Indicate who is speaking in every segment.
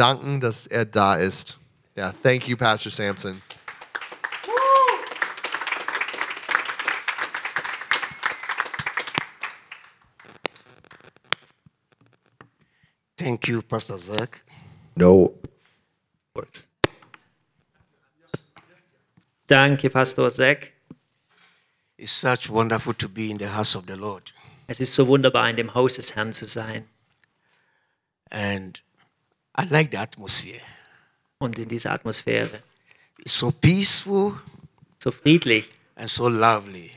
Speaker 1: danken, dass er da ist. Ja, thank you, Pastor Sampson.
Speaker 2: Thank you, Pastor Zach.
Speaker 1: No.
Speaker 3: Works. Danke, Pastor Zack.
Speaker 2: It's such wonderful to be in the house of the Lord.
Speaker 3: Es ist so wunderbar, in dem Haus des Herrn zu sein
Speaker 2: And I like the atmosphere.
Speaker 3: und in dieser Atmosphäre.
Speaker 2: It's so peaceful
Speaker 3: So friedlich
Speaker 2: and so lovely.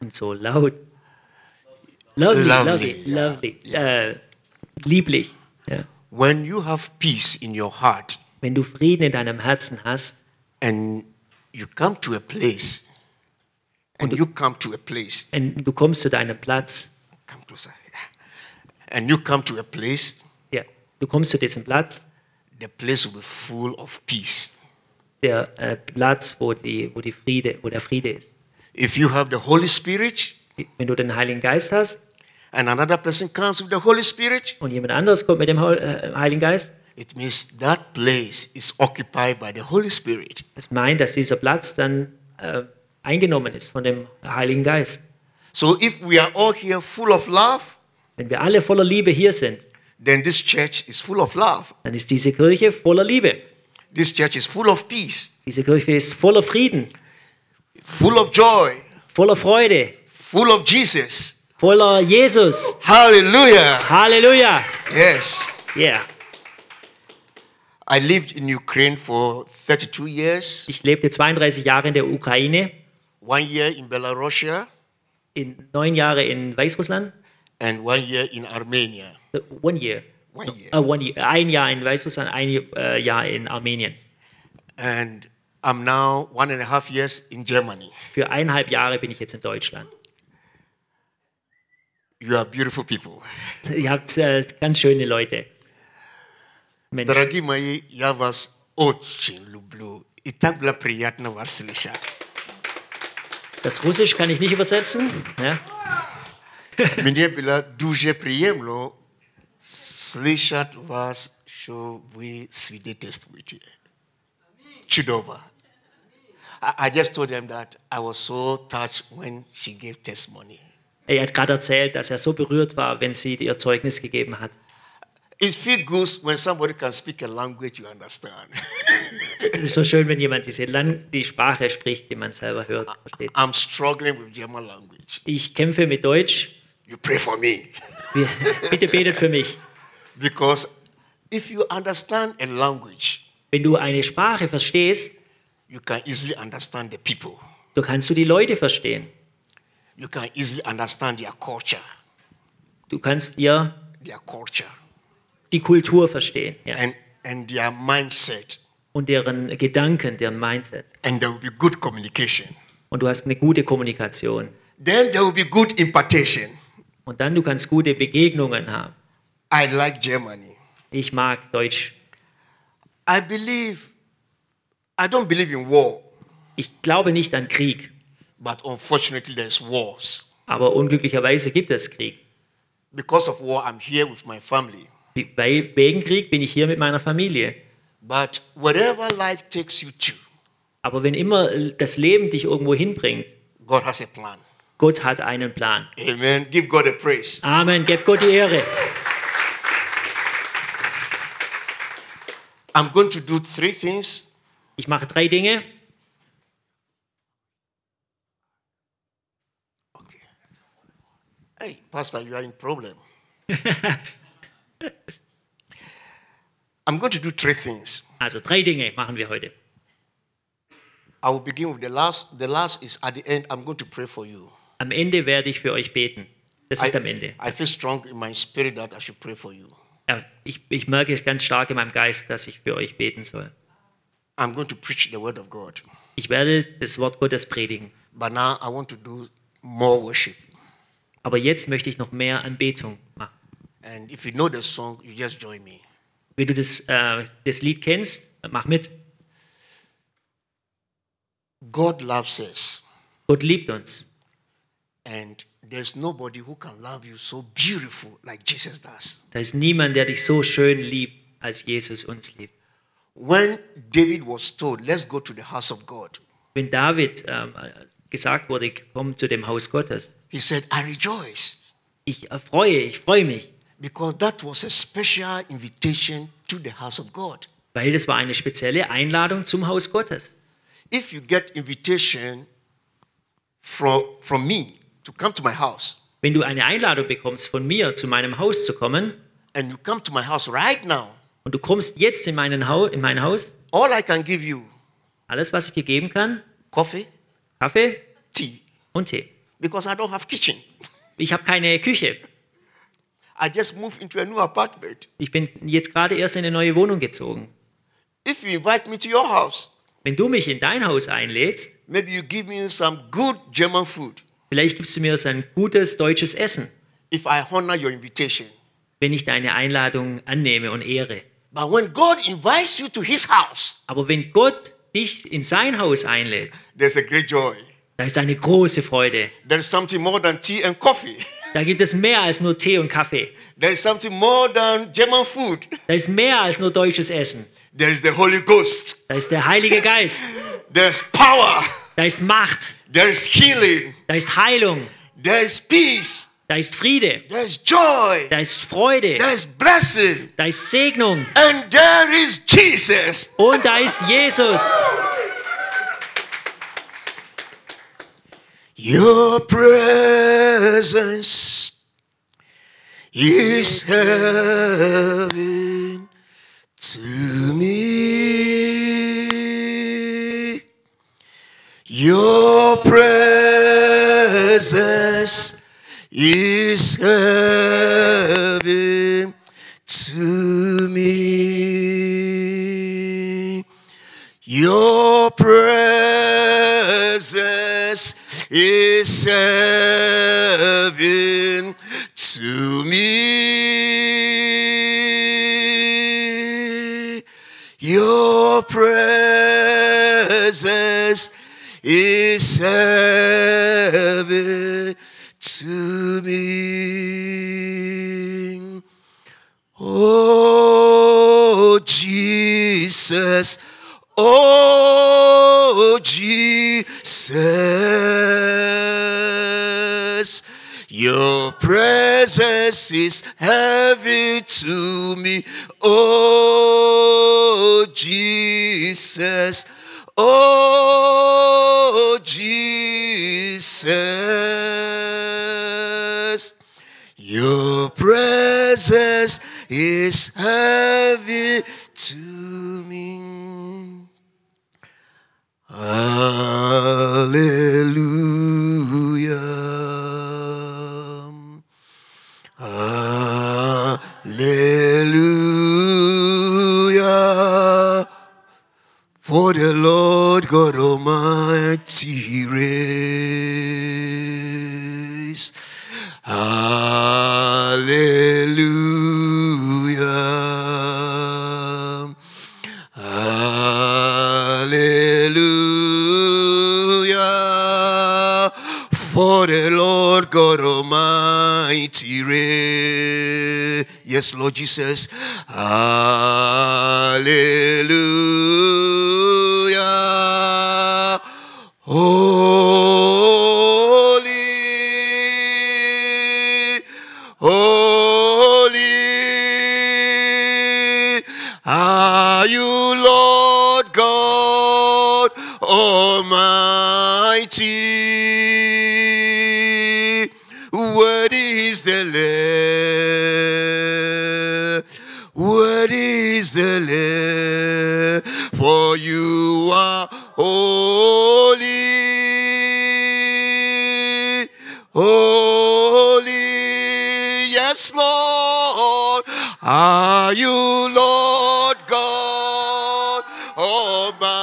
Speaker 3: und so laut. Lovely,
Speaker 2: Lovely,
Speaker 3: lovely, lovely.
Speaker 2: ja.
Speaker 3: Äh, lieblich. Ja.
Speaker 2: When you have peace in your heart
Speaker 3: Wenn du Frieden in deinem Herzen hast
Speaker 2: and you come to a place, and you come to a place,
Speaker 3: und du kommst zu deinem Platz,
Speaker 2: come closer, yeah. and you come to a place,
Speaker 3: ja, du kommst zu diesem Platz,
Speaker 2: the place will be full of peace.
Speaker 3: der äh, Platz, wo, die, wo, die Friede, wo der Friede ist.
Speaker 2: If you have the Holy Spirit
Speaker 3: Wenn du den Heiligen Geist hast
Speaker 2: and another person comes with the Holy Spirit,
Speaker 3: und jemand anderes kommt mit dem Hol- äh, Heiligen Geist,
Speaker 2: it means that place is occupied by the Holy Spirit.
Speaker 3: das meint, dass dieser Platz dann äh, eingenommen ist von dem Heiligen Geist.
Speaker 2: So if we are all here full of love,
Speaker 3: Wenn wir alle voller Liebe hier sind,
Speaker 2: then this church is full of love.
Speaker 3: dann ist diese Kirche voller Liebe.
Speaker 2: This church is full of peace,
Speaker 3: Diese Kirche ist voller Frieden,
Speaker 2: full of joy,
Speaker 3: voller Freude,
Speaker 2: full of Jesus.
Speaker 3: voller Jesus.
Speaker 2: Hallelujah.
Speaker 3: Halleluja!
Speaker 2: Yes.
Speaker 3: Yeah.
Speaker 2: I lived in Ukraine for 32 years,
Speaker 3: Ich lebte 32 Jahre in der Ukraine,
Speaker 2: one year in Belarus
Speaker 3: in neun Jahre in Weißrussland.
Speaker 2: and one year in Armenia.
Speaker 3: Äh, One year.
Speaker 2: One year.
Speaker 3: Äh, one year. Ein Jahr in Weißrussland, ein äh, Jahr in Armenien.
Speaker 2: And I'm now one and a half years in Germany.
Speaker 3: Für eineinhalb Jahre bin ich jetzt in Deutschland.
Speaker 2: You are beautiful people.
Speaker 3: Ihr habt äh, ganz schöne Leute. Mensch,
Speaker 2: Дорогие мои, я вас очень люблю. И так было приятно вас слышать.
Speaker 3: das Russisch kann ich nicht übersetzen. Ja?
Speaker 2: Мне было дуже приємно слышать вас, що ви свидетельствуете. Чудово. I, I just told them that I was so touched when she gave testimony.
Speaker 3: Er hat gerade erzählt, dass er so berührt war, wenn sie ihr Zeugnis gegeben hat.
Speaker 2: It feels good when somebody can speak a language you understand.
Speaker 3: Es ist so schön, wenn jemand diese Lang die Sprache spricht, die man selber hört. Versteht.
Speaker 2: I'm struggling with German language.
Speaker 3: Ich kämpfe mit Deutsch.
Speaker 2: You pray for me.
Speaker 3: Wir- Bitte betet für mich.
Speaker 2: Because if you understand a language,
Speaker 3: Wenn du eine Sprache verstehst,
Speaker 2: you can easily understand the people.
Speaker 3: dann kannst du die Leute verstehen.
Speaker 2: You can easily understand their culture.
Speaker 3: Du kannst ihr
Speaker 2: Their culture.
Speaker 3: die Kultur verstehen ja.
Speaker 2: and and their mindset
Speaker 3: und deren Gedanken, deren Mindset.
Speaker 2: and there will be good communication
Speaker 3: Und du hast eine gute Kommunikation.
Speaker 2: then there will be good impartation
Speaker 3: Und dann du kannst gute Begegnungen haben.
Speaker 2: i like germany
Speaker 3: Ich mag Deutsch.
Speaker 2: i believe i don't believe in war
Speaker 3: Ich glaube nicht an Krieg,
Speaker 2: but unfortunately there's wars
Speaker 3: aber unglücklicherweise gibt es Krieg.
Speaker 2: because of war i'm here with my family
Speaker 3: Bei, wegen Krieg bin ich hier mit meiner Familie.
Speaker 2: but wherever life takes you to
Speaker 3: Aber wenn immer das Leben dich irgendwo hinbringt,
Speaker 2: god has a plan
Speaker 3: Gott hat einen Plan.
Speaker 2: amen give god a praise
Speaker 3: Amen, gebt Gott die Ehre.
Speaker 2: i'm going to do three things
Speaker 3: Ich mache drei Dinge.
Speaker 2: okay hey pastor you are in problem i'm going to do three things
Speaker 3: Also drei Dinge machen wir heute.
Speaker 2: I will begin with the last. The last is at the end. I'm going to pray for you.
Speaker 3: Am Ende werde ich für euch beten. Das ist am Ende.
Speaker 2: I feel strong in my spirit that I should pray for you.
Speaker 3: Ja, Ich, ich merke ganz stark in meinem Geist, dass ich für euch beten soll.
Speaker 2: I'm going to preach the word of God.
Speaker 3: Ich werde das Wort Gottes predigen.
Speaker 2: But now I want to do more worship.
Speaker 3: Aber jetzt möchte ich noch mehr Anbetung machen.
Speaker 2: And if you know the song, you just join me.
Speaker 3: Wenn du das, äh, das Lied kennst, mach mit.
Speaker 2: God loves us,
Speaker 3: Gott liebt uns.
Speaker 2: and there's nobody who can love you so beautiful like Jesus does.
Speaker 3: Da ist niemand, der dich so schön liebt als Jesus uns liebt.
Speaker 2: When David was told, let's go to the house of God,
Speaker 3: Wenn David ähm, gesagt wurde, komm zu dem Haus Gottes,
Speaker 2: he said, I rejoice
Speaker 3: ich erfreue, ich freue mich,
Speaker 2: because that was a special invitation to the house of God.
Speaker 3: weil das war eine spezielle Einladung zum Haus Gottes.
Speaker 2: If you get invitation from, from me to come to my house,
Speaker 3: Wenn du eine Einladung bekommst von mir, zu meinem Haus zu kommen,
Speaker 2: and you come to my house right now,
Speaker 3: und du kommst jetzt in, meinen Hau in mein Haus,
Speaker 2: all I can give you
Speaker 3: alles, was ich dir geben kann,
Speaker 2: coffee,
Speaker 3: Kaffee
Speaker 2: tea,
Speaker 3: und Tee.
Speaker 2: because I don't have kitchen.
Speaker 3: Ich habe keine Küche.
Speaker 2: I just moved into a new apartment.
Speaker 3: Ich bin jetzt gerade erst in eine neue Wohnung gezogen.
Speaker 2: If you invite me to your house,
Speaker 3: Wenn du mich in dein Haus einlädst,
Speaker 2: maybe you give me some good German food.
Speaker 3: vielleicht gibst du mir so ein gutes deutsches Essen,
Speaker 2: If I honor your invitation.
Speaker 3: wenn ich deine Einladung annehme und ehre.
Speaker 2: But when God invites you to his house,
Speaker 3: Aber wenn Gott dich in sein Haus einlädt,
Speaker 2: there's a great joy.
Speaker 3: da ist eine große Freude.
Speaker 2: There's something more than tea and coffee.
Speaker 3: Da gibt es mehr als nur Tee und Kaffee.
Speaker 2: There's something more than German food.
Speaker 3: Da ist mehr als nur deutsches Essen.
Speaker 2: There's the Holy Ghost.
Speaker 3: Da ist der Heilige Geist.
Speaker 2: There's power.
Speaker 3: Da ist Macht.
Speaker 2: There's healing.
Speaker 3: Da ist Heilung.
Speaker 2: There's peace.
Speaker 3: Da ist Friede.
Speaker 2: There's joy.
Speaker 3: Da ist Freude.
Speaker 2: There's blessing.
Speaker 3: Da ist Segnung.
Speaker 2: And there is Jesus.
Speaker 3: Und da ist Jesus.
Speaker 2: Your presence is heaven to me. Your presence is heaven to me. Your presence is heaven to me. Your presence is heaven to me. Oh, Jesus. Oh, Jesus. Your presence is heavy to me. Oh, Jesus. Oh, Jesus. Your presence is heavy to me. Hallelujah. Hallelujah. For the Lord God Almighty reigns. Hallelujah. Hallelujah. For the Lord God Almighty reigns. Yes, Lord Jesus. Hallelujah. Holy, holy are you, Lord God Almighty. Worthy is the Lamb. Worthy is the Lamb. For you are holy. Holy, yes, Lord, are you, Lord God Almighty?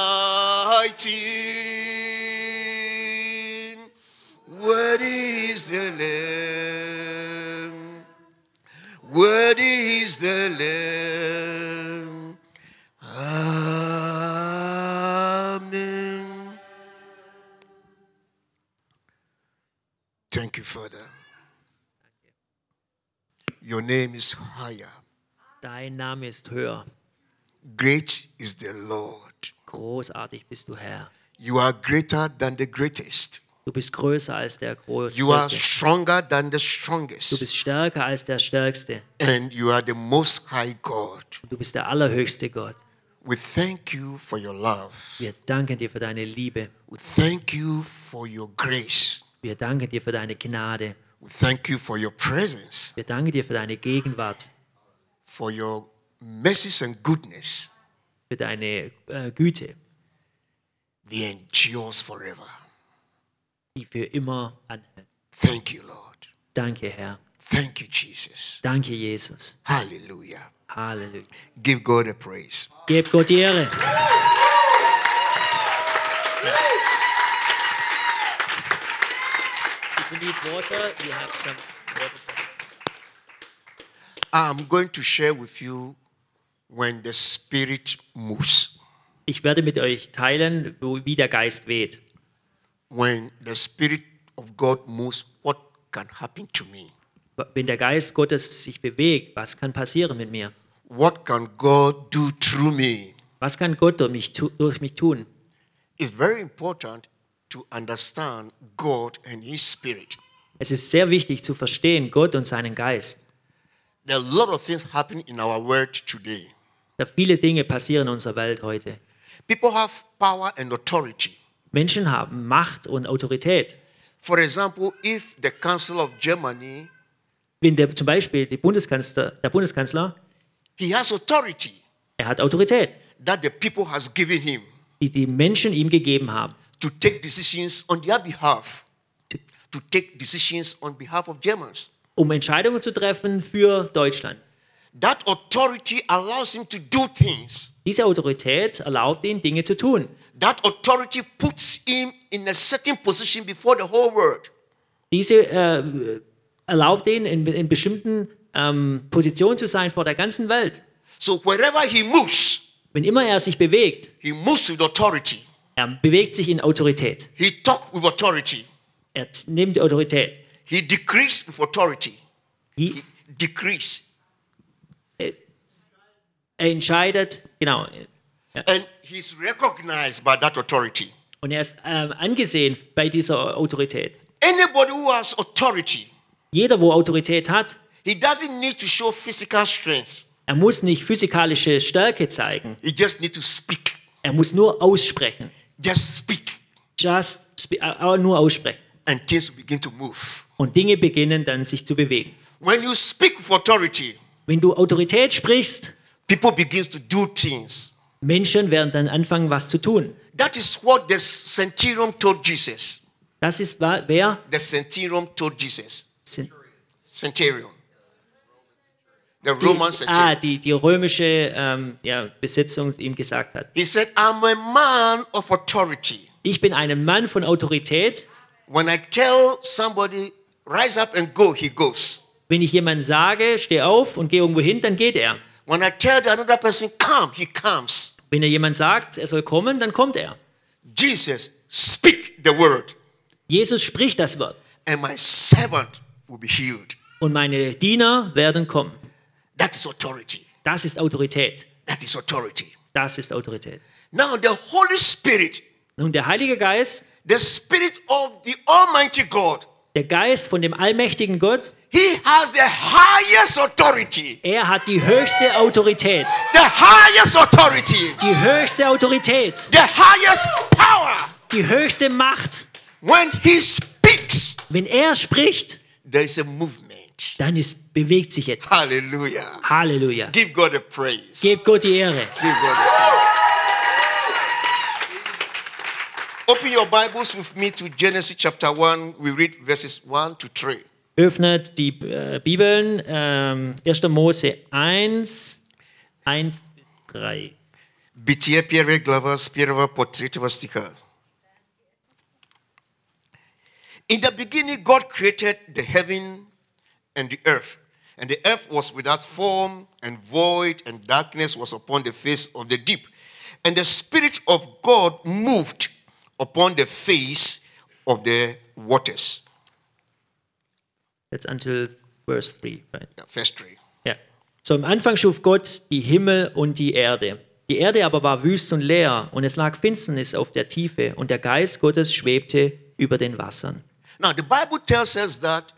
Speaker 2: Worthy is the Lamb? Worthy is the Lamb? Amen. Thank you, Father. Your name is higher
Speaker 3: Dein Name ist höher.
Speaker 2: Great is the Lord.
Speaker 3: Großartig bist du, Herr.
Speaker 2: You are greater than the greatest.
Speaker 3: Du bist größer als der Groß-
Speaker 2: You are
Speaker 3: Größte.
Speaker 2: stronger than the
Speaker 3: Du
Speaker 2: strongest.
Speaker 3: bist stärker als der Stärkste.
Speaker 2: And you are the most high God.
Speaker 3: Du bist der allerhöchste Gott.
Speaker 2: We thank you for your love.
Speaker 3: Wir danken dir für deine Liebe.
Speaker 2: We thank you for your grace.
Speaker 3: Wir danken dir für deine Gnade.
Speaker 2: We thank you for your presence,
Speaker 3: Wir danken dir für deine Gegenwart,
Speaker 2: for your mercies and goodness.
Speaker 3: für deine äh, Güte,
Speaker 2: They endures forever.
Speaker 3: die für immer anhält.
Speaker 2: Thank you, Lord.
Speaker 3: Danke, Herr.
Speaker 2: Thank you, Jesus.
Speaker 3: Danke, Jesus.
Speaker 2: Hallelujah.
Speaker 3: Halleluja.
Speaker 2: Give God a praise.
Speaker 3: Gebt Gott die Ehre. If you need water, you have some water.
Speaker 2: I'm going to share with you when the Spirit moves.
Speaker 3: Ich werde mit euch teilen, wo- wie der Geist weht.
Speaker 2: When the Spirit of God moves, what can happen to me?
Speaker 3: Wenn der Geist Gottes sich bewegt, was kann passieren mit mir?
Speaker 2: What can God do through me?
Speaker 3: Was kann Gott durch mich, tu- durch mich tun?
Speaker 2: It's very important to understand God and His Spirit.
Speaker 3: Es ist sehr wichtig zu verstehen, Gott und seinen Geist.
Speaker 2: There are a lot of things happening in our world today.
Speaker 3: Da viele Dinge passieren in unserer Welt heute.
Speaker 2: People have power and authority.
Speaker 3: Menschen haben Macht und Autorität.
Speaker 2: For example, if the Council of Germany,
Speaker 3: Wenn der, zum Beispiel die Bundeskanzler, der Bundeskanzler,
Speaker 2: he has authority
Speaker 3: er hat Autorität,
Speaker 2: that the people has given him
Speaker 3: die die Menschen ihm gegeben haben,
Speaker 2: to take decisions on their behalf, to, to take decisions on behalf of Germans.
Speaker 3: um Entscheidungen zu treffen für Deutschland.
Speaker 2: That authority allows him to do things.
Speaker 3: Diese Autorität erlaubt ihm, Dinge zu tun.
Speaker 2: That authority puts him in a certain position before the whole world.
Speaker 3: Diese äh, erlaubt ihnen, in, in bestimmten ähm, Positionen zu sein vor der ganzen Welt.
Speaker 2: So wherever he moves,
Speaker 3: Wenn immer er sich bewegt,
Speaker 2: he moves with authority.
Speaker 3: er bewegt sich in Autorität.
Speaker 2: He talks with authority.
Speaker 3: Er z- nimmt die Autorität.
Speaker 2: He decrees with authority.
Speaker 3: Die,
Speaker 2: Decrees.
Speaker 3: äh, er entscheidet, genau. äh,
Speaker 2: And he's recognized by that authority.
Speaker 3: Und er ist ähm, angesehen bei dieser Autorität.
Speaker 2: Anybody who has authority,
Speaker 3: Jeder, wo Autorität hat,
Speaker 2: he doesn't need to show physical strength.
Speaker 3: er muss nicht physikalische Stärke zeigen.
Speaker 2: He just needs to speak.
Speaker 3: Er muss nur aussprechen.
Speaker 2: Just speak.
Speaker 3: Just spe- äh, äh, nur aussprechen.
Speaker 2: And things will begin to move.
Speaker 3: Und Dinge beginnen dann sich zu bewegen.
Speaker 2: When you speak with authority,
Speaker 3: Wenn du Autorität sprichst,
Speaker 2: people begins to do things.
Speaker 3: Menschen werden dann anfangen, was zu tun.
Speaker 2: That is what the centurion told Jesus.
Speaker 3: Das ist wa- wer?
Speaker 2: The centurion told Jesus.
Speaker 3: Sind
Speaker 2: Centurion. The
Speaker 3: die,
Speaker 2: Roman centurion.
Speaker 3: ah, die, die römische ähm, ja, Besetzung ihm gesagt hat.
Speaker 2: He said, I'm a man of authority.
Speaker 3: Ich bin ein Mann von Autorität.
Speaker 2: When I tell somebody, rise up and go, he goes.
Speaker 3: Wenn ich jemandem sage, steh auf und geh irgendwo hin, dann geht er.
Speaker 2: When I tell the another person, come, he comes.
Speaker 3: Wenn er jemand sagt, er soll kommen, dann kommt er.
Speaker 2: Jesus, speak the word,
Speaker 3: Jesus spricht das Wort
Speaker 2: and my servant will be healed.
Speaker 3: und meine Diener werden kommen.
Speaker 2: That is authority.
Speaker 3: Das ist Autorität.
Speaker 2: That is authority.
Speaker 3: Das ist Autorität.
Speaker 2: Now, the Holy Spirit,
Speaker 3: Nun, der Heilige Geist,
Speaker 2: the Spirit of the Almighty God,
Speaker 3: der Geist von dem allmächtigen Gott,
Speaker 2: he has the highest authority.
Speaker 3: er hat die höchste Autorität.
Speaker 2: The highest authority.
Speaker 3: Die höchste Autorität.
Speaker 2: The highest power.
Speaker 3: Die höchste Macht.
Speaker 2: When he speaks,
Speaker 3: Wenn er spricht,
Speaker 2: there is a movement.
Speaker 3: dann ist, bewegt sich etwas.
Speaker 2: Hallelujah.
Speaker 3: Halleluja.
Speaker 2: Give God a praise.
Speaker 3: Gebt Gott die Ehre.
Speaker 2: Give God a praise. Open your Bibles with me to Genesis chapter 1. We read verses 1 to 3.
Speaker 3: Öffnet die äh, Bibeln. Ähm, 1. Mose 1, 1 bis 3.
Speaker 2: Битие, первая глава, с первого по третьего стиха. In the beginning, God created the heaven and the earth. And the earth was without form and void, and darkness was upon the face of the deep. And the Spirit of God moved upon the face of the waters.
Speaker 3: That's until verse 3, right?
Speaker 2: Verse 3.
Speaker 3: Yeah. So am Anfang schuf Gott die Himmel und die Erde. Die Erde aber war wüst und leer, und es lag Finsternis auf der Tiefe, und der Geist Gottes schwebte über den Wassern.
Speaker 2: Now, the Bible tells us that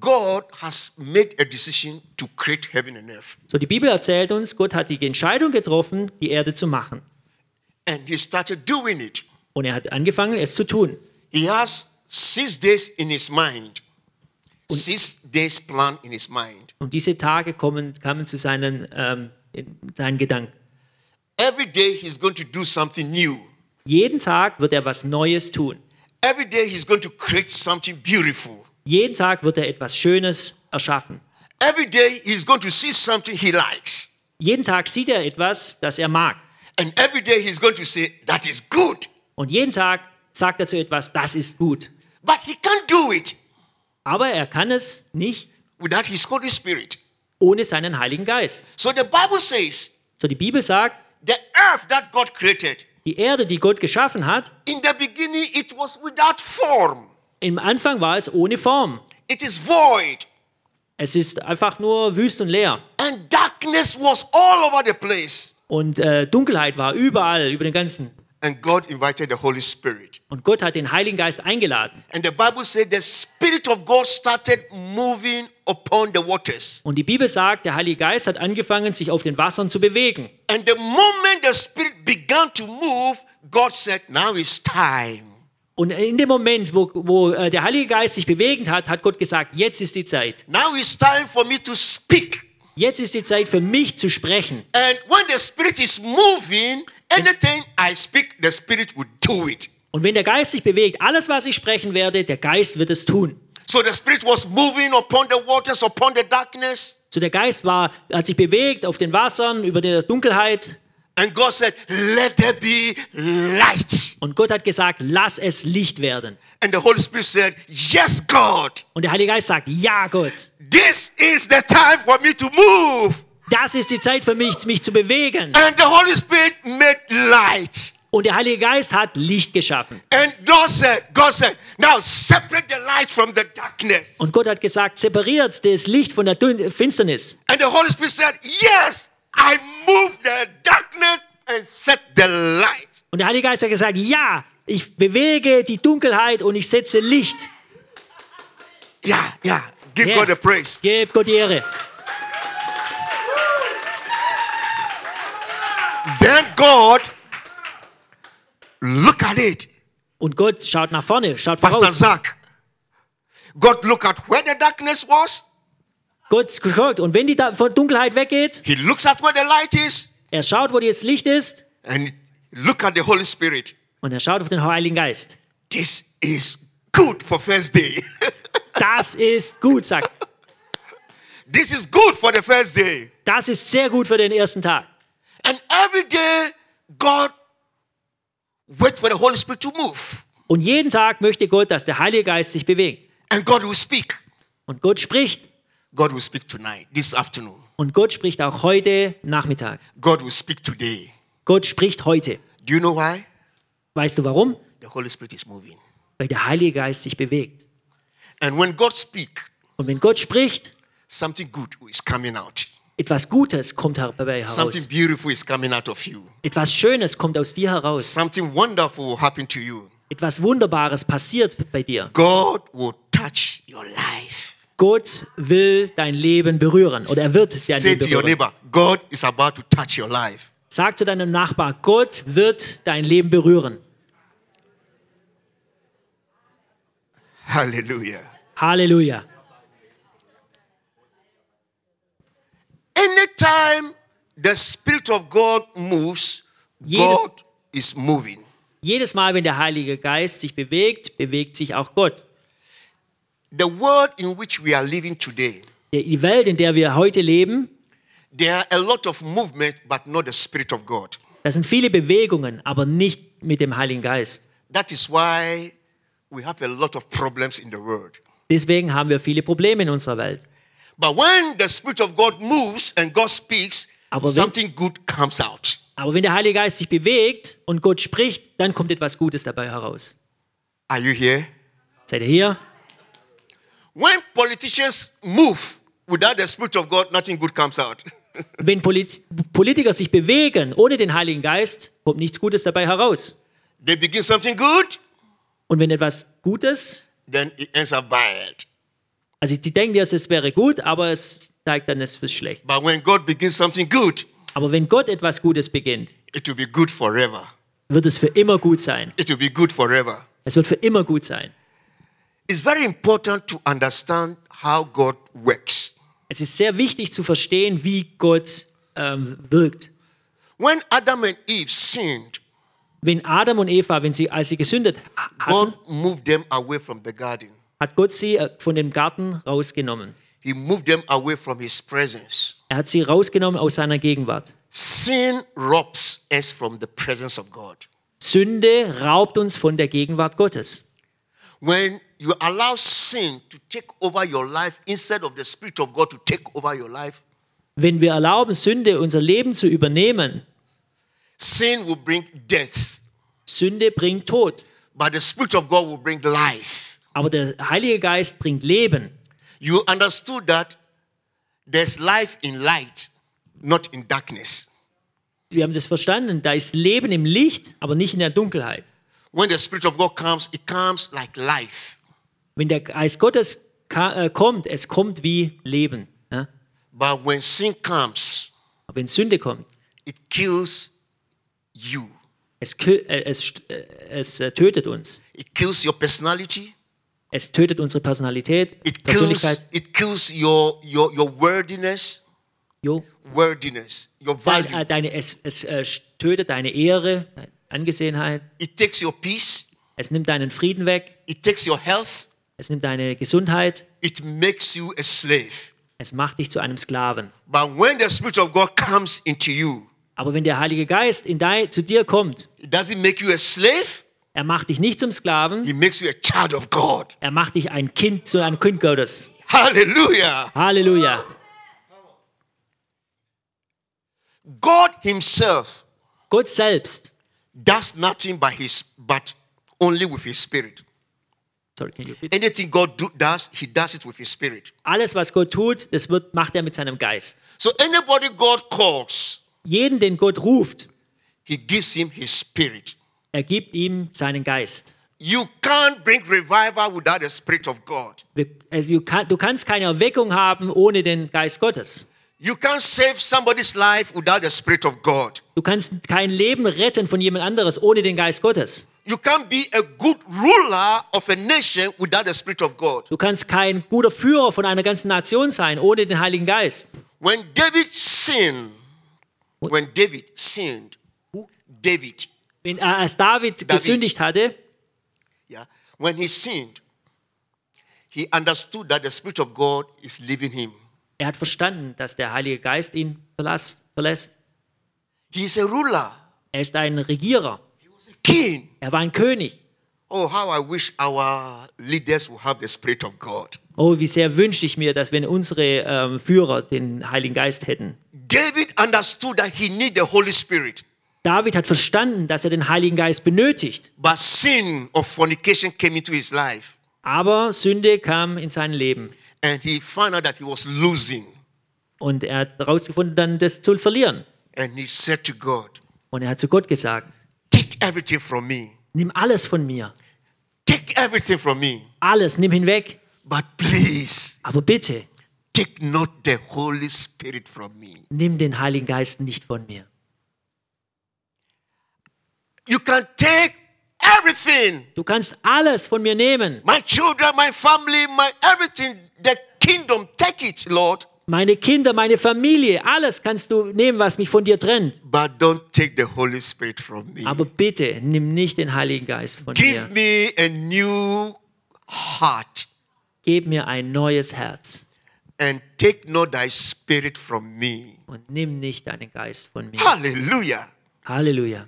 Speaker 2: God has made a decision to create heaven and earth.
Speaker 3: So die Bibel erzählt uns, Gott hat die Entscheidung getroffen, die Erde zu machen.
Speaker 2: And He started doing it.
Speaker 3: Und er hat angefangen, es zu tun.
Speaker 2: He has six days in His mind, six days plan in His mind.
Speaker 3: Und diese Tage kommen, kamen zu seinen, ähm, in seinen Gedanken.
Speaker 2: Every day He's going to do something new.
Speaker 3: Jeden Tag wird er was Neues tun.
Speaker 2: Every day He's going to create something beautiful.
Speaker 3: Jeden Tag wird er etwas Schönes erschaffen.
Speaker 2: Every day He's going to see something He likes.
Speaker 3: Jeden Tag sieht er etwas, das er mag.
Speaker 2: And every day He's going to say, That is good.
Speaker 3: Und jeden Tag sagt er zu etwas, das ist gut.
Speaker 2: But He can't do it
Speaker 3: Aber er kann es nicht
Speaker 2: without His Holy Spirit.
Speaker 3: ohne seinen Heiligen Geist.
Speaker 2: So the Bible says,
Speaker 3: So die Bibel sagt,
Speaker 2: The earth that God created,
Speaker 3: die Erde, die Gott geschaffen hat,
Speaker 2: in the beginning it was without form,
Speaker 3: im Anfang war es ohne Form.
Speaker 2: it is void,
Speaker 3: Es ist einfach nur wüst und leer.
Speaker 2: and darkness was all over the place.
Speaker 3: Und äh, Dunkelheit war überall, über den ganzen.
Speaker 2: And God invited the Holy Spirit.
Speaker 3: Und Gott hat den Heiligen Geist eingeladen.
Speaker 2: And the Bible said the Spirit of God started moving upon the waters.
Speaker 3: Und die Bibel sagt, der Heilige Geist hat angefangen, sich auf den Wassern zu bewegen.
Speaker 2: And the moment the Spirit began to move, God said, Now is time.
Speaker 3: Und in dem Moment, wo, wo äh, der Heilige Geist sich bewegend hat, hat Gott gesagt, jetzt ist die Zeit.
Speaker 2: Now is time for me to speak.
Speaker 3: Jetzt ist die Zeit für mich zu sprechen.
Speaker 2: And when the Spirit is moving, anything I speak, the Spirit will do it.
Speaker 3: Und wenn der Geist sich bewegt, alles, was ich sprechen werde, der Geist wird es tun.
Speaker 2: So the Spirit was moving upon the waters, upon the darkness.
Speaker 3: So der Geist war, hat sich bewegt auf den Wassern, über der Dunkelheit.
Speaker 2: And God said, Let there be light.
Speaker 3: Und Gott hat gesagt, lass es Licht werden.
Speaker 2: And the Holy Spirit said, Yes, God,
Speaker 3: Und der Heilige Geist sagt, ja Gott,
Speaker 2: this is the time for me to move.
Speaker 3: das ist die Zeit für mich, mich zu bewegen.
Speaker 2: And the Holy Spirit made light.
Speaker 3: Und der Heilige Geist hat Licht geschaffen.
Speaker 2: And God said, God said, Now separate the light from the darkness.
Speaker 3: Und Gott hat gesagt, separiert das Licht von der Dun Finsternis.
Speaker 2: And the Holy Spirit said, Yes, I move the darkness and set the light.
Speaker 3: Und der Heilige Geist hat gesagt, ja, ich bewege die Dunkelheit und ich setze Licht.
Speaker 2: Yeah, yeah. Give
Speaker 3: Yeah.
Speaker 2: God a praise.
Speaker 3: Gebt Gott die Ehre.
Speaker 2: Then God, look at it.
Speaker 3: Und Gott schaut nach vorne, schaut
Speaker 2: Pastor
Speaker 3: voraus.
Speaker 2: Zach. God looked at where the darkness was.
Speaker 3: Gott schaut. Und wenn die da von Dunkelheit weggeht,
Speaker 2: He looks at where the light is.
Speaker 3: er schaut, wo das Licht ist
Speaker 2: And look at the Holy Spirit.
Speaker 3: und er schaut auf den Heiligen Geist.
Speaker 2: This is good for first day.
Speaker 3: Das ist gut, sagt. er.
Speaker 2: this is good for the first day.
Speaker 3: Das ist sehr gut für den ersten Tag.
Speaker 2: And every day, God wait for the Holy Spirit to move.
Speaker 3: Und jeden Tag möchte Gott, dass der Heilige Geist sich bewegt.
Speaker 2: And God will speak.
Speaker 3: Und Gott spricht.
Speaker 2: God will speak tonight, this afternoon.
Speaker 3: Und Gott spricht auch heute Nachmittag.
Speaker 2: God will speak today.
Speaker 3: Gott spricht heute.
Speaker 2: Do you know why?
Speaker 3: Weißt du warum?
Speaker 2: The Holy Spirit is moving.
Speaker 3: Weil der Heilige Geist sich bewegt.
Speaker 2: And when God speak,
Speaker 3: Und wenn Gott spricht,
Speaker 2: something good is coming out.
Speaker 3: etwas Gutes kommt dabei
Speaker 2: Something
Speaker 3: heraus.
Speaker 2: beautiful is coming out of you.
Speaker 3: Etwas Schönes kommt aus dir heraus.
Speaker 2: Something wonderful will happen to you.
Speaker 3: Etwas Wunderbares passiert bei dir.
Speaker 2: God will touch your life.
Speaker 3: Gott will dein Leben berühren. Oder er wird dein
Speaker 2: Say
Speaker 3: Leben
Speaker 2: to your
Speaker 3: berühren.
Speaker 2: neighbor, God is about to touch your life.
Speaker 3: Sag zu deinem Nachbar, Gott wird dein Leben berühren.
Speaker 2: Hallelujah.
Speaker 3: Halleluja.
Speaker 2: Anytime the Spirit of God moves,
Speaker 3: Jedes-
Speaker 2: God is moving.
Speaker 3: Jedes Mal, wenn der Heilige Geist sich bewegt, bewegt sich auch Gott.
Speaker 2: The world in which we are living today,
Speaker 3: Die die Welt, in der wir heute leben,
Speaker 2: there are a lot of movement, but not the Spirit of God.
Speaker 3: da sind viele Bewegungen, aber nicht mit dem Heiligen Geist.
Speaker 2: That is why we have a lot of problems in the world.
Speaker 3: Deswegen haben wir viele Probleme in unserer Welt.
Speaker 2: But when the Spirit of God moves and God speaks,
Speaker 3: Aber wenn-
Speaker 2: something good comes out.
Speaker 3: Aber wenn der Heilige Geist sich bewegt und Gott spricht, dann kommt etwas Gutes dabei heraus.
Speaker 2: Are you here?
Speaker 3: Seid ihr hier?
Speaker 2: When politicians move Without the Spirit of God, nothing good comes out.
Speaker 3: Wenn Polit Politiker sich bewegen ohne den Heiligen Geist, kommt nichts Gutes dabei heraus.
Speaker 2: they begin something good,
Speaker 3: Und wenn etwas Gutes,
Speaker 2: then it ends up bad.
Speaker 3: also die denken erst, es wäre gut, aber es zeigt dann, es ist schlecht.
Speaker 2: But when God begins something good,
Speaker 3: Aber wenn Gott etwas Gutes beginnt,
Speaker 2: it will be good forever.
Speaker 3: wird es für immer gut sein.
Speaker 2: It will be good forever.
Speaker 3: Es wird für immer gut sein.
Speaker 2: It's very important to understand how God works.
Speaker 3: Es ist sehr wichtig zu verstehen, wie Gott ähm, wirkt.
Speaker 2: When Adam and Eve sinned,
Speaker 3: Wenn Adam und Eva, wenn sie, als sie gesündet ha- hatten,
Speaker 2: God moved them away from the garden.
Speaker 3: hat Gott sie äh, von dem Garten rausgenommen.
Speaker 2: He moved them away from his presence.
Speaker 3: Er hat sie rausgenommen aus seiner Gegenwart.
Speaker 2: Sin robs us from the presence of God.
Speaker 3: Sünde raubt uns von der Gegenwart Gottes.
Speaker 2: When you allow sin to take over your life instead of the Spirit of God to take over your life,
Speaker 3: Wenn wir erlauben, Sünde unser Leben zu übernehmen,
Speaker 2: sin will bring death,
Speaker 3: Sünde bringt Tod,
Speaker 2: but the Spirit of God will bring life.
Speaker 3: aber der Heilige Geist bringt Leben.
Speaker 2: You understood that there's life in light, not in darkness.
Speaker 3: Wir haben das verstanden, da ist Leben im Licht, aber nicht in der Dunkelheit.
Speaker 2: When the Spirit of God comes, it comes like life.
Speaker 3: Wenn der Geist Gottes ka- äh, kommt, es kommt wie Leben. Ja?
Speaker 2: But when sin comes,
Speaker 3: Aber wenn Sünde kommt,
Speaker 2: it kills you.
Speaker 3: es, kil- äh, es, st- äh, es äh, tötet uns.
Speaker 2: It kills your personality.
Speaker 3: Es tötet unsere Personalität,
Speaker 2: It kills,
Speaker 3: Persönlichkeit.
Speaker 2: it kills your, your, your worthiness,
Speaker 3: Jo.
Speaker 2: worthiness, your
Speaker 3: Dein,
Speaker 2: value.
Speaker 3: äh, deine, es es äh, st- tötet deine Ehre, deine Angesehenheit.
Speaker 2: It takes your peace.
Speaker 3: Es nimmt deinen Frieden weg.
Speaker 2: It takes your health.
Speaker 3: Es nimmt deine Gesundheit.
Speaker 2: It makes you a slave.
Speaker 3: Es macht dich zu einem Sklaven.
Speaker 2: But when the Spirit of God comes into you,
Speaker 3: Aber wenn der Heilige Geist in dein, zu dir kommt,
Speaker 2: it doesn't make you a slave.
Speaker 3: er macht dich nicht zum Sklaven,
Speaker 2: He makes you a child of God.
Speaker 3: er macht dich ein Kind zu einem Kind Gottes.
Speaker 2: Hallelujah.
Speaker 3: Halleluja.
Speaker 2: God Himself
Speaker 3: Gott selbst.
Speaker 2: does nothing by His but only with His Spirit.
Speaker 3: Sorry, can you repeat?
Speaker 2: Anything God do, does, He does it with His Spirit.
Speaker 3: Alles, was Gott tut, das wird, macht er mit seinem Geist.
Speaker 2: So anybody God calls,
Speaker 3: Jeden, den Gott ruft,
Speaker 2: He gives him His Spirit.
Speaker 3: er gibt ihm seinen Geist.
Speaker 2: You can't bring revival without the Spirit of God.
Speaker 3: Wir, also, du, kann, du kannst keine Erweckung haben ohne den Geist Gottes.
Speaker 2: You can't save somebody's life without the Spirit of God.
Speaker 3: Du kannst kein Leben retten von jemand anderes ohne den Geist Gottes.
Speaker 2: You can't be a good ruler of a nation without the Spirit of God.
Speaker 3: Du kannst kein guter Führer von einer ganzen Nation sein ohne den Heiligen Geist.
Speaker 2: When David sinned, when David sinned, David,
Speaker 3: Wenn, äh, als David, gesündigt hatte,
Speaker 2: yeah, when he sinned, he understood that the Spirit of God is leaving him.
Speaker 3: er hat verstanden, dass der Heilige Geist ihn verlasst, verlässt.
Speaker 2: He is a ruler,
Speaker 3: Er ist ein Regierer.
Speaker 2: king.
Speaker 3: Er war ein König.
Speaker 2: Oh, how I wish our leaders will have the Spirit of God.
Speaker 3: Oh, wie sehr wünschte ich mir, dass wenn unsere ähm, Führer den Heiligen Geist hätten.
Speaker 2: David understood that he needed the Holy Spirit,
Speaker 3: David hat verstanden, dass er den Heiligen Geist benötigt.
Speaker 2: but sin of fornication came into his life,
Speaker 3: Aber Sünde kam in sein Leben.
Speaker 2: and he found out that he was losing.
Speaker 3: Und er hat herausgefunden, dann das zu verlieren.
Speaker 2: And he said to God,
Speaker 3: Und er hat zu Gott gesagt,
Speaker 2: Take everything from me.
Speaker 3: nimm alles von mir.
Speaker 2: Take everything from me.
Speaker 3: Alles, nimm hinweg.
Speaker 2: But please,
Speaker 3: Aber bitte,
Speaker 2: take not the Holy Spirit from me.
Speaker 3: nimm den Heiligen Geist nicht von mir.
Speaker 2: You can take everything
Speaker 3: Du kannst alles von mir nehmen.
Speaker 2: my children, my family, my everything, the kingdom. Take it, Lord.
Speaker 3: Meine Kinder, meine Familie, alles kannst du nehmen, was mich von dir trennt.
Speaker 2: But don't take the Holy Spirit from me.
Speaker 3: Aber bitte, nimm nicht den Heiligen Geist von
Speaker 2: Give
Speaker 3: mir.
Speaker 2: me a new heart
Speaker 3: Gib mir ein neues Herz
Speaker 2: and take not thy spirit from me.
Speaker 3: und nimm nicht deinen Geist von mir.
Speaker 2: Hallelujah.
Speaker 3: Halleluja.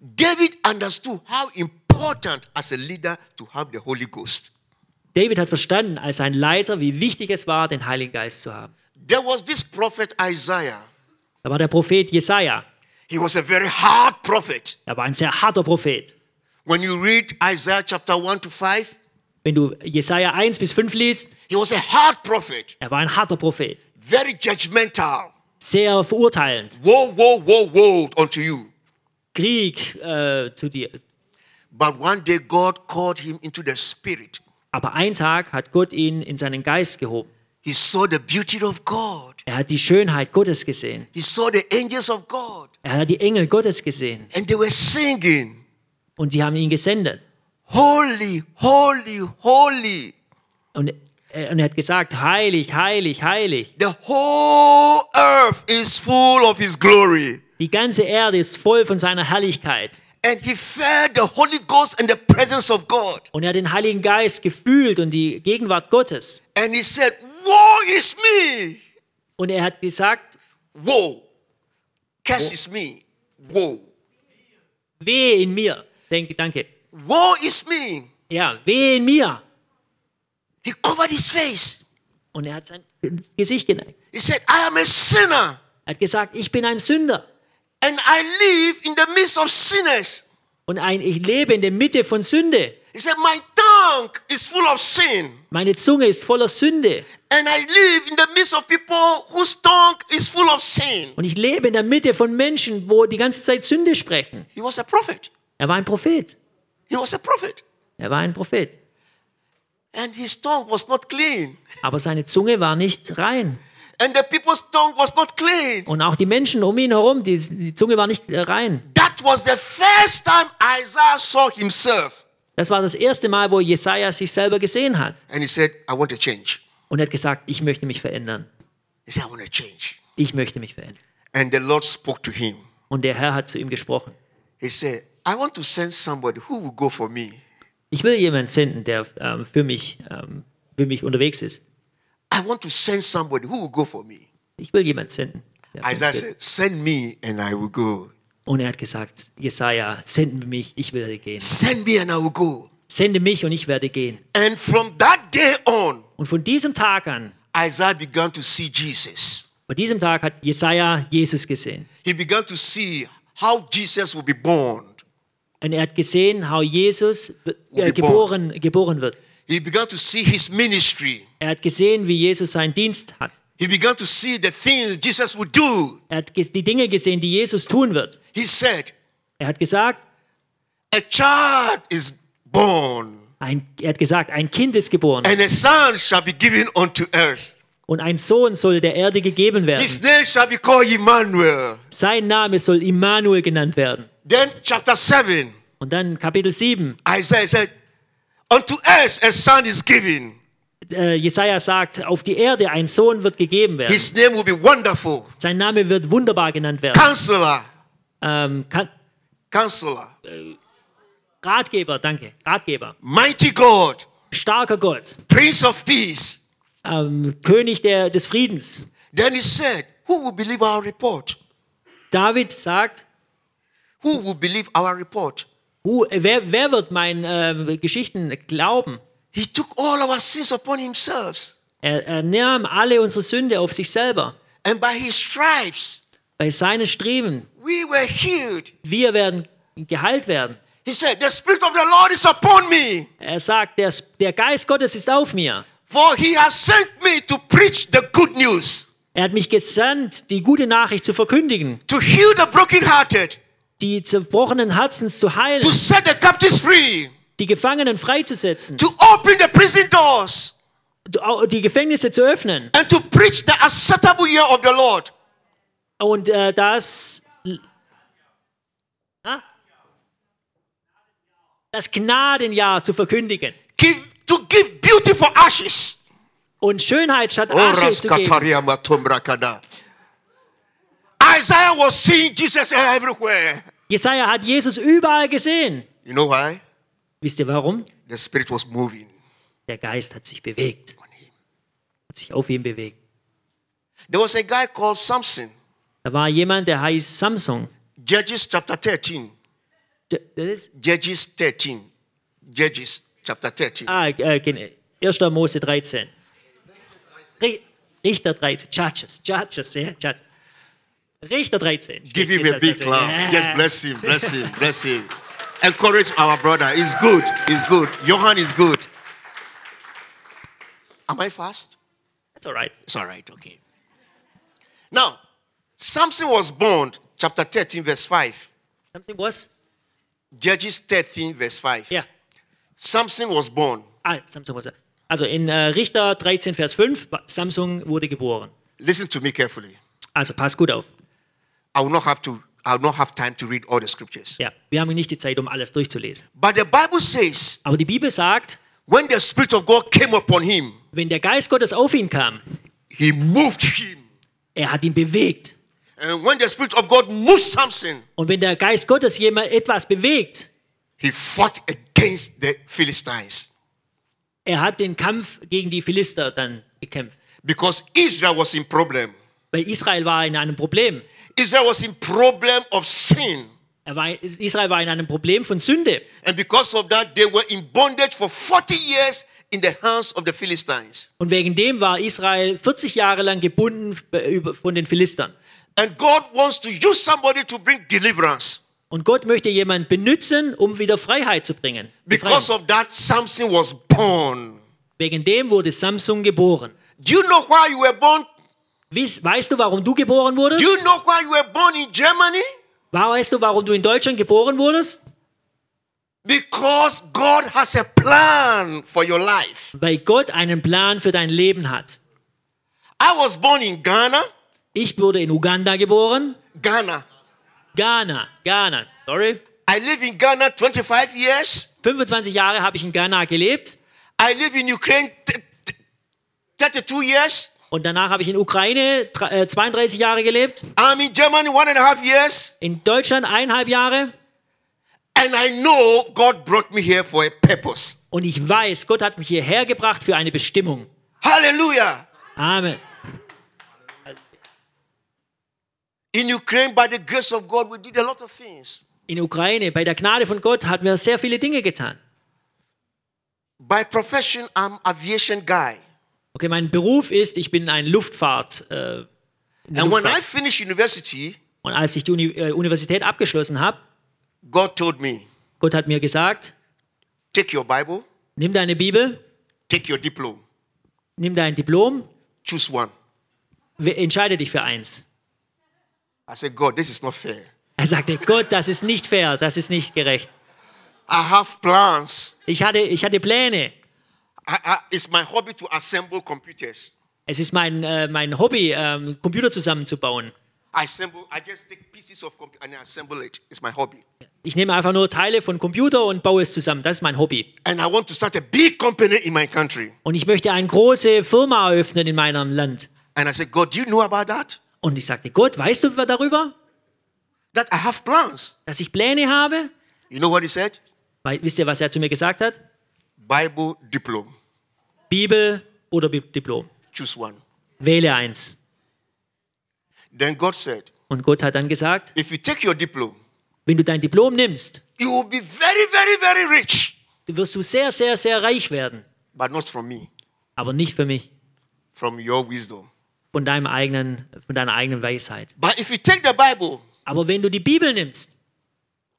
Speaker 2: David understood how important as a leader to have the Holy Ghost.
Speaker 3: David hat verstanden als ein Leiter, wie wichtig es war, den Heiligen Geist zu haben.
Speaker 2: There was this prophet Isaiah.
Speaker 3: Da war der Prophet Jesaja.
Speaker 2: He was a very hard prophet.
Speaker 3: Er war ein sehr harter Prophet.
Speaker 2: When you read Isaiah chapter 1 to 5,
Speaker 3: Wenn du Jesaja 1 bis 5 liest,
Speaker 2: He was a hard prophet,
Speaker 3: er war ein harter Prophet,
Speaker 2: very judgmental.
Speaker 3: sehr verurteilend.
Speaker 2: Woe, woe, woe, woe unto you.
Speaker 3: Krieg äh, zu dir.
Speaker 2: But one day God called him into the spirit.
Speaker 3: Aber einen Tag hat Gott ihn in seinen Geist gehoben.
Speaker 2: He saw the beauty of God.
Speaker 3: Er hat die Schönheit Gottes gesehen.
Speaker 2: He saw the angels of God.
Speaker 3: Er hat die Engel Gottes gesehen
Speaker 2: And they were singing,
Speaker 3: und die haben ihn gesendet.
Speaker 2: Holy, holy, holy.
Speaker 3: Und, äh, und er hat gesagt, heilig, heilig, heilig.
Speaker 2: The whole earth is full of his glory.
Speaker 3: Die ganze Erde ist voll von seiner Herrlichkeit.
Speaker 2: And he felt the Holy Ghost and the presence of God.
Speaker 3: Und er hat den Heiligen Geist gefühlt und die Gegenwart Gottes.
Speaker 2: And he said, Woe is me.
Speaker 3: Und er hat gesagt,
Speaker 2: Woe. Curse is me. Woe.
Speaker 3: wehe in mir. Denke, danke.
Speaker 2: Woe is me.
Speaker 3: Ja, wehe in mir.
Speaker 2: He covered his face.
Speaker 3: Und er hat sein Gesicht geneigt.
Speaker 2: He said, I am a sinner
Speaker 3: Er hat gesagt, ich bin ein Sünder.
Speaker 2: and I live in the midst of sinners.
Speaker 3: Und ein, ich lebe in der Mitte von Sünde.
Speaker 2: He said, My tongue is full of sin
Speaker 3: Meine Zunge ist voller Sünde.
Speaker 2: and I live in the midst of people whose tongue is full of sin.
Speaker 3: Und ich lebe in der Mitte von Menschen, wo die ganze Zeit Sünde sprechen.
Speaker 2: He was a prophet.
Speaker 3: Er war ein Prophet.
Speaker 2: He was a prophet.
Speaker 3: Er war ein Prophet.
Speaker 2: And his tongue was not clean.
Speaker 3: Aber seine Zunge war nicht rein.
Speaker 2: And the people's tongue was not clean.
Speaker 3: Und auch die Menschen um ihn herum, die, die Zunge war nicht äh, rein.
Speaker 2: That was the first time Isaiah saw himself.
Speaker 3: Das war das erste Mal, wo Jesaja sich selber gesehen hat.
Speaker 2: And he said, I want to change.
Speaker 3: Und er hat gesagt, ich möchte mich verändern.
Speaker 2: He said, I want to change.
Speaker 3: Ich möchte mich verändern.
Speaker 2: And the Lord spoke to him.
Speaker 3: Und der Herr hat zu ihm gesprochen.
Speaker 2: He said, I want to send somebody who will go for me.
Speaker 3: Ich will jemanden senden, der ähm, für, mich, ähm, für mich unterwegs ist.
Speaker 2: I want to send somebody who will go for me.
Speaker 3: Ich will jemanden senden. der für mich
Speaker 2: Isaiah
Speaker 3: geht.
Speaker 2: said, Send me and I will go.
Speaker 3: Und er hat gesagt, Jesaja, sende mich, ich werde gehen.
Speaker 2: Send me and I will go.
Speaker 3: Sende mich und ich werde gehen.
Speaker 2: And from that day on,
Speaker 3: Und von diesem Tag an,
Speaker 2: Isaiah began to see Jesus.
Speaker 3: von diesem Tag hat Jesaja Jesus gesehen.
Speaker 2: He began to see how Jesus will be born.
Speaker 3: Und er hat gesehen, how Jesus
Speaker 2: Geboren.
Speaker 3: äh, geboren, geboren wird.
Speaker 2: He began to see his ministry.
Speaker 3: Er hat gesehen, wie Jesus seinen Dienst hat.
Speaker 2: He began to see the things Jesus would do.
Speaker 3: Er hat ges- die Dinge gesehen, die Jesus tun wird.
Speaker 2: He said,
Speaker 3: Er hat gesagt,
Speaker 2: A child is born,
Speaker 3: ein, er hat gesagt, ein Kind ist geboren
Speaker 2: and a son shall be given unto us.
Speaker 3: und ein Sohn soll der Erde gegeben werden.
Speaker 2: His name shall be called Emmanuel.
Speaker 3: Sein Name soll Immanuel genannt werden.
Speaker 2: Then, chapter 7,
Speaker 3: Und dann Kapitel 7.
Speaker 2: Isaiah said, Unto us a son is given.
Speaker 3: Äh, Jesaja sagt, auf die Erde ein Sohn wird gegeben werden.
Speaker 2: His name will be wonderful.
Speaker 3: Sein Name wird wunderbar genannt werden.
Speaker 2: Counselor.
Speaker 3: Ähm, Ka-
Speaker 2: Counselor.
Speaker 3: Ratgeber, danke. Ratgeber.
Speaker 2: Mighty God.
Speaker 3: Starker Gott.
Speaker 2: Prince of Peace.
Speaker 3: Ähm, König der, des Friedens.
Speaker 2: Then he said, Who will believe our report?
Speaker 3: David sagt,
Speaker 2: Who will believe our report?
Speaker 3: Hu- wer, wer wird meinen ähm, Geschichten glauben?
Speaker 2: He took all our sins upon himself.
Speaker 3: Er, er nahm alle unsere Sünde auf sich selber.
Speaker 2: And by his stripes,
Speaker 3: Bei seinen Streben.
Speaker 2: we were healed.
Speaker 3: Wir werden geheilt werden.
Speaker 2: He said, The Spirit of the Lord is upon me,
Speaker 3: Er sagt, der, der Geist Gottes ist auf mir.
Speaker 2: for he has sent me to preach the good news,
Speaker 3: Er hat mich gesandt, die gute Nachricht zu verkündigen,
Speaker 2: to heal the brokenhearted,
Speaker 3: die zerbrochenen Herzens zu heilen,
Speaker 2: to set the captives free,
Speaker 3: die Gefangenen freizusetzen,
Speaker 2: to open the prison doors,
Speaker 3: die Gefängnisse zu öffnen
Speaker 2: and to preach the acceptable year of the Lord.
Speaker 3: und äh, das, Ah? das Gnadenjahr zu verkündigen
Speaker 2: Give, to give beauty for ashes.
Speaker 3: und Schönheit statt
Speaker 2: Oh,
Speaker 3: Asche
Speaker 2: Oras
Speaker 3: zu geben.
Speaker 2: kataria matombra kada. Isaiah was seeing Jesus everywhere.
Speaker 3: Jesaja hat Jesus überall gesehen.
Speaker 2: You know why?
Speaker 3: Wisst ihr warum?
Speaker 2: The Spirit was moving.
Speaker 3: Der Geist hat sich bewegt, hat sich auf ihn bewegt.
Speaker 2: There was a guy called Samson,
Speaker 3: Da war jemand, der heißt Samsung.
Speaker 2: Judges chapter 13.
Speaker 3: D- Das ist,
Speaker 2: Judges 13. Judges chapter 13.
Speaker 3: ah, äh, gen- 1. Mose 13. Ri- Richter 13. Judges, Judges, ja, Judges. Richter 13.
Speaker 2: Give him a
Speaker 3: Steht hier,
Speaker 2: big clap.
Speaker 3: Ja.
Speaker 2: Just bless him, bless him, bless him. Encourage our brother. It's good. It's good. Johan is good. Am I fast?
Speaker 3: That's all right.
Speaker 2: It's all right, okay. Now, Samson was born, chapter 13, verse 5.
Speaker 3: Something was?
Speaker 2: Judges 13, verse 5.
Speaker 3: Ja.
Speaker 2: Samson was born.
Speaker 3: Ah, Samsung was. Also in äh, Richter 13, Vers 5, Samsung wurde geboren.
Speaker 2: Listen to me carefully.
Speaker 3: Also pass gut auf.
Speaker 2: I will not have to I will not have time to read all the scriptures.
Speaker 3: Ja, wir haben nicht die Zeit, um alles durchzulesen.
Speaker 2: But the Bible says
Speaker 3: Aber die Bibel sagt,
Speaker 2: when the spirit of God came upon him,
Speaker 3: wenn der Geist Gottes auf ihn kam,
Speaker 2: he moved him.
Speaker 3: er hat ihn bewegt.
Speaker 2: And when the spirit of God moved Samson,
Speaker 3: Und wenn der Geist Gottes jemand etwas bewegt,
Speaker 2: he fought against the Philistines
Speaker 3: er hat den Kampf gegen die Philister dann gekämpft.
Speaker 2: because Israel was in problem.
Speaker 3: Weil Israel war in einem Problem.
Speaker 2: Israel was in problem of sin.
Speaker 3: Er war, Israel war in einem Problem von Sünde.
Speaker 2: And because of that, they were in bondage for 40 years in the hands of the Philistines.
Speaker 3: Und wegen dem war Israel 40 Jahre lang gebunden äh, über- von den Philistern.
Speaker 2: And God wants to use somebody to bring deliverance.
Speaker 3: Und Gott möchte jemanden benutzen, um wieder Freiheit zu bringen. Befreiung.
Speaker 2: Because of that, Samson was born.
Speaker 3: Wegen dem wurde Samsung geboren.
Speaker 2: Do you know why you were born?
Speaker 3: Weißt, weißt du, warum du geboren
Speaker 2: Do
Speaker 3: wurdest?
Speaker 2: you know why you were born in Germany?
Speaker 3: Weißt du, warum du in Deutschland geboren wurdest?
Speaker 2: Because God has a plan for your life.
Speaker 3: Weil Gott einen Plan für dein Leben hat.
Speaker 2: I was born in Ghana.
Speaker 3: Ich wurde in Uganda geboren.
Speaker 2: Ghana.
Speaker 3: Ghana, Ghana, sorry.
Speaker 2: I live in Ghana 25 years.
Speaker 3: 25 Jahre habe ich in Ghana gelebt
Speaker 2: I live in Ukraine th- th- 32 years.
Speaker 3: und danach habe ich in Ukraine dr- äh, 32 Jahre gelebt,
Speaker 2: I'm in Germany one and a half years.
Speaker 3: in Deutschland eineinhalb Jahre
Speaker 2: And I know God brought me here for a purpose.
Speaker 3: und ich weiß, Gott hat mich hierher gebracht für eine Bestimmung.
Speaker 2: Hallelujah.
Speaker 3: Amen.
Speaker 2: In Ukraine, by the grace of God, we did a lot of things.
Speaker 3: In Ukraine, bei der Gnade von Gott, hat mir sehr viele Dinge getan.
Speaker 2: By profession, I'm aviation guy.
Speaker 3: Okay, mein Beruf ist, ich bin ein Luftfahrt. Äh, in der
Speaker 2: And when I
Speaker 3: Luftfahrt.
Speaker 2: finished university,
Speaker 3: und als ich die Uni äh, Universität abgeschlossen habe,
Speaker 2: God told me,
Speaker 3: Gott hat mir gesagt,
Speaker 2: take your Bible,
Speaker 3: nimm deine Bibel,
Speaker 2: take your diploma,
Speaker 3: nimm dein Diplom,
Speaker 2: choose one.
Speaker 3: we- entscheide dich für eins.
Speaker 2: I said, God, this is not fair.
Speaker 3: Er sagte, Gott, das ist nicht fair, das ist nicht gerecht.
Speaker 2: I have plans.
Speaker 3: Ich hatte, ich hatte Pläne.
Speaker 2: I, I, it's my hobby to assemble computers.
Speaker 3: Es ist mein, äh, mein Hobby, ähm, Computer zusammenzubauen.
Speaker 2: I assemble, I just take pieces of computer and I assemble it. It's my hobby.
Speaker 3: Ich nehme einfach nur Teile von Computer und baue es zusammen. Das ist mein Hobby.
Speaker 2: And I want to start a big company in my country.
Speaker 3: Und ich möchte eine große Firma eröffnen in meinem Land.
Speaker 2: And I said, God, do you know about that?
Speaker 3: Und ich sagte, Gott, weißt du darüber,
Speaker 2: That I have plans.
Speaker 3: dass ich Pläne habe?
Speaker 2: You know what he said?
Speaker 3: Weil, wisst ihr, was er zu mir gesagt hat?
Speaker 2: Bible diploma.
Speaker 3: Bibel oder Bi Diplom.
Speaker 2: Choose one.
Speaker 3: Wähle eins.
Speaker 2: Then God said,
Speaker 3: Und Gott hat dann gesagt,
Speaker 2: if you take your diploma,
Speaker 3: wenn du dein Diplom nimmst,
Speaker 2: you will be very, very, very rich.
Speaker 3: du wirst du sehr, sehr, sehr reich werden.
Speaker 2: But not from me,
Speaker 3: Aber nicht für mich.
Speaker 2: from your wisdom.
Speaker 3: Von, deinem eigenen, von deiner eigenen Weisheit.
Speaker 2: But if you take the Bible,
Speaker 3: Aber wenn du die Bibel nimmst,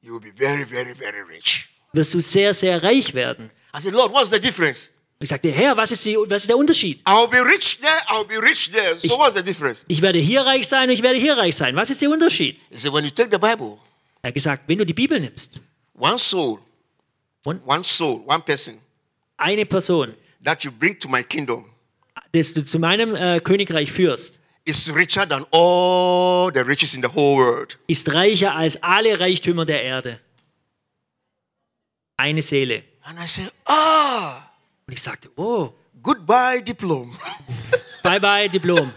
Speaker 2: you will be very, very, very rich.
Speaker 3: wirst du sehr, sehr reich werden. Und
Speaker 2: I said, Lord, what's the difference?
Speaker 3: ich sagte, Herr, was ist, die, was ist der Unterschied?
Speaker 2: I'll be rich there, I'll be rich there. So what's the difference?
Speaker 3: Ich werde hier reich sein und ich werde hier reich sein. Was ist der Unterschied?
Speaker 2: He said, when you take the Bible,
Speaker 3: Er hat gesagt, wenn du die Bibel nimmst,
Speaker 2: one soul,
Speaker 3: One?
Speaker 2: one soul, one person
Speaker 3: eine Person,
Speaker 2: that you bring to my kingdom
Speaker 3: das du zu meinem äh, Königreich führst,
Speaker 2: is richer than all the riches in the whole world.
Speaker 3: ist reicher als alle Reichtümer der Erde. Eine Seele.
Speaker 2: And I said, ah,
Speaker 3: Und ich sagte, oh,
Speaker 2: goodbye diploma.
Speaker 3: bye bye Diplom.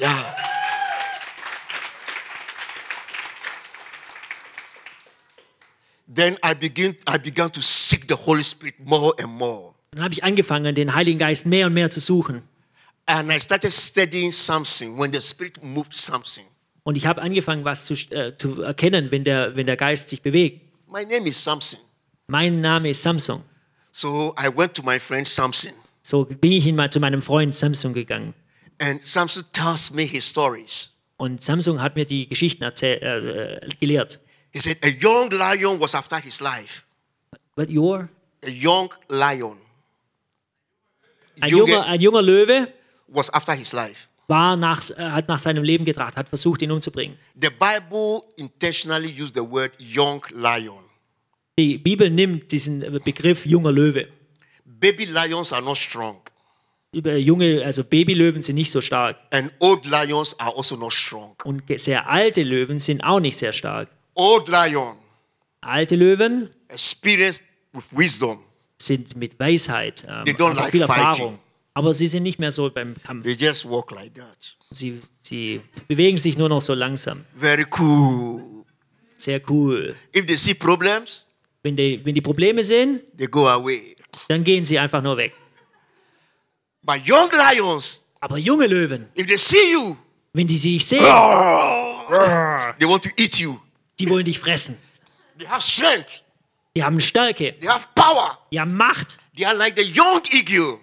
Speaker 2: Yeah. Then I begin I began to seek the Holy Spirit more and more.
Speaker 3: Dann habe ich angefangen, den Heiligen Geist mehr und mehr zu suchen.
Speaker 2: And I started studying something when the Spirit moved something.
Speaker 3: Und ich habe angefangen, was zu, äh, zu erkennen, wenn der, wenn der Geist sich bewegt.
Speaker 2: My name is Samson.
Speaker 3: Mein Name ist Samsung.
Speaker 2: So I went to my friend Samson.
Speaker 3: So bin ich hin mal zu meinem Freund Samsung gegangen.
Speaker 2: And Samson tells me his stories.
Speaker 3: Und Samsung hat mir die Geschichten erzähl- äh, äh, gelehrt.
Speaker 2: He said a young lion was after his life.
Speaker 3: But you're
Speaker 2: A young lion.
Speaker 3: Ein junger,
Speaker 2: Jürgen
Speaker 3: ein junger Löwe
Speaker 2: was after his life.
Speaker 3: war nach, äh, hat nach seinem Leben getracht, hat versucht, ihn umzubringen.
Speaker 2: The Bible intentionally used the word young lion.
Speaker 3: Die Bibel nimmt diesen Begriff junger Löwe.
Speaker 2: Baby lions are not strong,
Speaker 3: Über junge, also Babylöwen sind nicht so stark
Speaker 2: and old lions are also not strong.
Speaker 3: und ge- sehr alte Löwen sind auch nicht sehr stark.
Speaker 2: Old lion,
Speaker 3: Alte Löwen
Speaker 2: experienced with wisdom,
Speaker 3: sind mit Weisheit, ähm,
Speaker 2: They don't
Speaker 3: haben
Speaker 2: like
Speaker 3: viel
Speaker 2: fighting.
Speaker 3: Erfahrung, aber sie sind nicht mehr so beim Kampf.
Speaker 2: they just walk like that.
Speaker 3: Sie, sie bewegen sich nur noch so langsam.
Speaker 2: Very cool.
Speaker 3: Sehr cool.
Speaker 2: If they see problems,
Speaker 3: Wenn die, wenn die Probleme sind,
Speaker 2: they go away.
Speaker 3: dann gehen sie einfach nur weg.
Speaker 2: But young lions,
Speaker 3: Aber junge Löwen,
Speaker 2: if they see you,
Speaker 3: wenn die sich sehen,
Speaker 2: Oh. they want to eat you.
Speaker 3: die wollen dich fressen.
Speaker 2: They have strength,
Speaker 3: Die haben Stärke,
Speaker 2: they have power.
Speaker 3: die haben Macht.
Speaker 2: They are like the young eagle.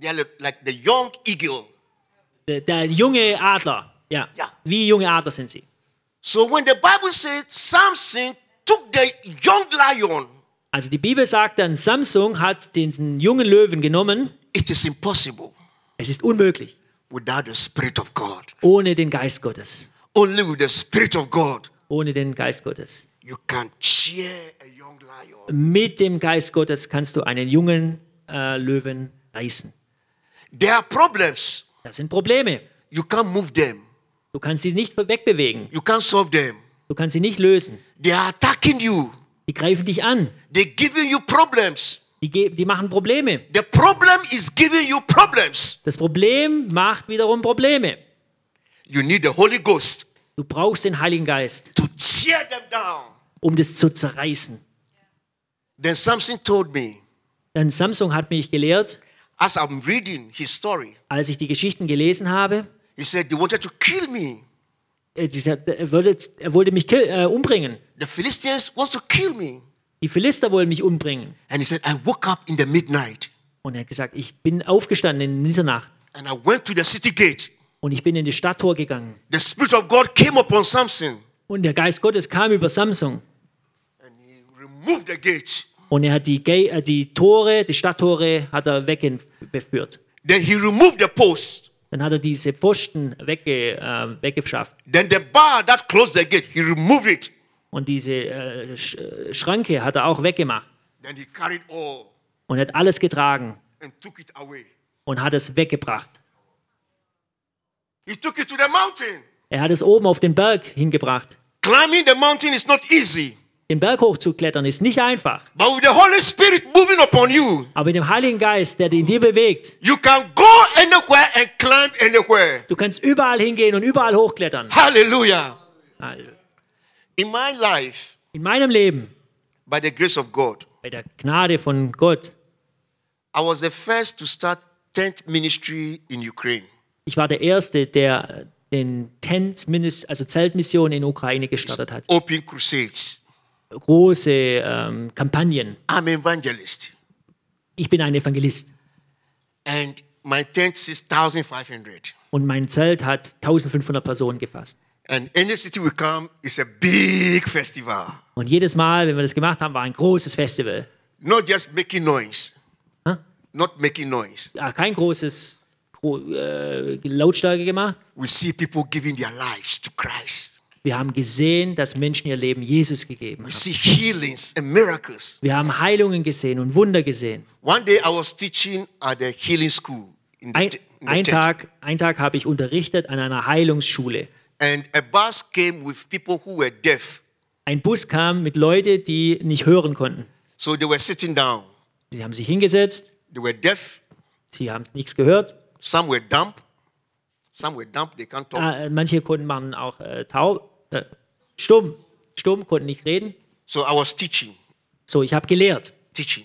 Speaker 2: They are li- like the young eagle.
Speaker 3: Der, der junge Adler, ja.
Speaker 2: Ja.
Speaker 3: Wie junge Adler sind sie.
Speaker 2: So when the Bible says Samson took the young lion,
Speaker 3: Also die Bibel sagt dann, Samsung hat diesen jungen Löwen genommen.
Speaker 2: it is impossible
Speaker 3: Es ist unmöglich,
Speaker 2: without the Spirit of God.
Speaker 3: ohne den Geist Gottes.
Speaker 2: Only with the Spirit of God
Speaker 3: Ohne den Geist Gottes.
Speaker 2: you can cheer a young lion.
Speaker 3: Mit dem Geist Gottes kannst du einen jungen äh, Löwen reißen.
Speaker 2: There are problems.
Speaker 3: Das sind Probleme.
Speaker 2: You can't move them.
Speaker 3: Du kannst sie nicht wegbewegen.
Speaker 2: You can't solve them.
Speaker 3: Du kannst sie nicht lösen.
Speaker 2: They are attacking you.
Speaker 3: Die greifen dich an.
Speaker 2: They're giving you problems.
Speaker 3: Die, ge- die machen Probleme.
Speaker 2: The problem is giving you problems.
Speaker 3: Das Problem macht wiederum Probleme.
Speaker 2: You need the Holy Ghost
Speaker 3: Du brauchst den Heiligen Geist,
Speaker 2: to tear them down.
Speaker 3: um das zu zerreißen.
Speaker 2: Then something told me
Speaker 3: Denn Samsung hat mich gelehrt,
Speaker 2: as I'm reading his story.
Speaker 3: als ich die Geschichten gelesen habe,
Speaker 2: He said they wanted to kill me.
Speaker 3: äh, die- er wollte, er wollte mich kill, äh, umbringen.
Speaker 2: The Philistines wants to kill me.
Speaker 3: Die Philister wollen mich umbringen.
Speaker 2: And he said, I woke up in the midnight
Speaker 3: Und er hat gesagt, ich bin aufgestanden in der Mitternacht
Speaker 2: and I went to the city gate.
Speaker 3: und ich bin in die Stadttor gegangen.
Speaker 2: The Spirit of God came upon Samson
Speaker 3: Und der Geist Gottes kam über Samsung
Speaker 2: and he removed the gate.
Speaker 3: und er hat die, Ge äh, die Tore, die Stadttore, hat er weggeführt.
Speaker 2: Then he removed the post.
Speaker 3: Dann hat er diese Pfosten wegge äh, weggeschafft.
Speaker 2: Then the bar that closed the gate, he removed it.
Speaker 3: Und diese äh, Sch äh, Schranke hat er auch weggemacht
Speaker 2: Then he carried all
Speaker 3: und hat alles getragen
Speaker 2: and took it away.
Speaker 3: und hat es weggebracht.
Speaker 2: He took it to the mountain.
Speaker 3: Er hat es oben auf den Berg hingebracht.
Speaker 2: Climbing the mountain is not easy,
Speaker 3: Den Berg hochzuklettern ist nicht einfach.
Speaker 2: but with the Holy Spirit moving upon you,
Speaker 3: Aber mit dem Heiligen Geist, der in dir bewegt,
Speaker 2: you can go anywhere and climb anywhere.
Speaker 3: du kannst überall hingehen und überall hochklettern.
Speaker 2: Hallelujah.
Speaker 3: Also,
Speaker 2: In my life,
Speaker 3: In meinem Leben,
Speaker 2: by the grace of God,
Speaker 3: bei der Gnade von Gott,
Speaker 2: I was the first to start tent ministry in Ukraine.
Speaker 3: ich war der Erste, der den Tent, also Zeltmission in Ukraine gestartet hat.
Speaker 2: Open crusades.
Speaker 3: Große ähm, Kampagnen.
Speaker 2: I'm an evangelist,
Speaker 3: Ich bin ein Evangelist
Speaker 2: and my tent is 1,500.
Speaker 3: und mein Zelt hat 1500 Personen gefasst.
Speaker 2: And any city we come is a big festival.
Speaker 3: Und jedes Mal, wenn wir das gemacht haben, war ein großes Festival.
Speaker 2: Not just making noise.
Speaker 3: Huh?
Speaker 2: Not making noise.
Speaker 3: Ja, kein großes gro äh, Lautstärke gemacht.
Speaker 2: We see people giving their lives to Christ.
Speaker 3: Wir haben gesehen, dass Menschen ihr Leben Jesus gegeben
Speaker 2: We
Speaker 3: haben.
Speaker 2: see healings and miracles.
Speaker 3: Wir haben Heilungen gesehen und Wunder gesehen.
Speaker 2: One day I was teaching at the healing school in the,
Speaker 3: Ein,
Speaker 2: t- in the
Speaker 3: ein,
Speaker 2: tent.
Speaker 3: Tag, ein Tag habe ich unterrichtet an einer Heilungsschule.
Speaker 2: and a bus came with people who were deaf.
Speaker 3: Ein Bus kam mit Leuten, die nicht hören konnten.
Speaker 2: So they were sitting down.
Speaker 3: Sie haben sich hingesetzt,
Speaker 2: They were deaf.
Speaker 3: sie haben nichts gehört.
Speaker 2: Some were dumb. Some were dumb. They can't talk.
Speaker 3: Äh, manche Kunden waren auch äh, taub, äh, stumm, stumm, konnten nicht reden.
Speaker 2: so I was teaching,
Speaker 3: So, ich habe gelehrt,
Speaker 2: teaching.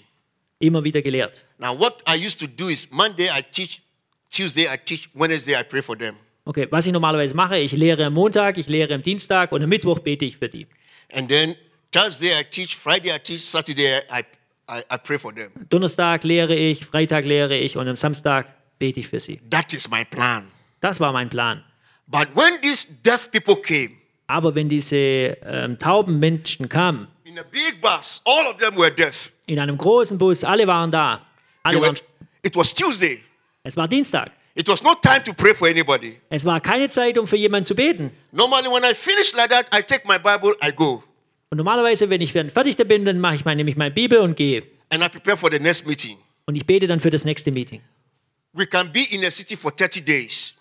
Speaker 3: immer wieder gelehrt.
Speaker 2: Now what I used to do is Monday I teach, Tuesday I teach, Wednesday I pray for them.
Speaker 3: Okay, was ich normalerweise mache, ich lehre am Montag, ich lehre am Dienstag und am Mittwoch bete ich für die.
Speaker 2: And then Thursday I teach, Friday I teach, Saturday I, I, I pray for them.
Speaker 3: Donnerstag lehre ich, Freitag lehre ich und am Samstag bete ich für sie.
Speaker 2: That is my plan.
Speaker 3: Das war mein Plan.
Speaker 2: But when these deaf people came
Speaker 3: Aber wenn diese ähm, tauben Menschen kamen,
Speaker 2: in a big bus, all of them were deaf.
Speaker 3: in einem großen Bus, alle waren da,
Speaker 2: They
Speaker 3: alle
Speaker 2: were,
Speaker 3: waren
Speaker 2: It was Tuesday.
Speaker 3: Es war Dienstag.
Speaker 2: It was no time to pray for anybody.
Speaker 3: Es war keine Zeit, um für jemanden zu beten.
Speaker 2: Normally, when I finish like that, I take my Bible, I go,
Speaker 3: Und normalerweise, wenn ich dann fertig da bin, dann mache ich mal, nehme ich meine Bibel und gehe.
Speaker 2: and I prepare for the next meeting.
Speaker 3: Und ich bete dann für das nächste Meeting.
Speaker 2: We can be in a city for 30 days.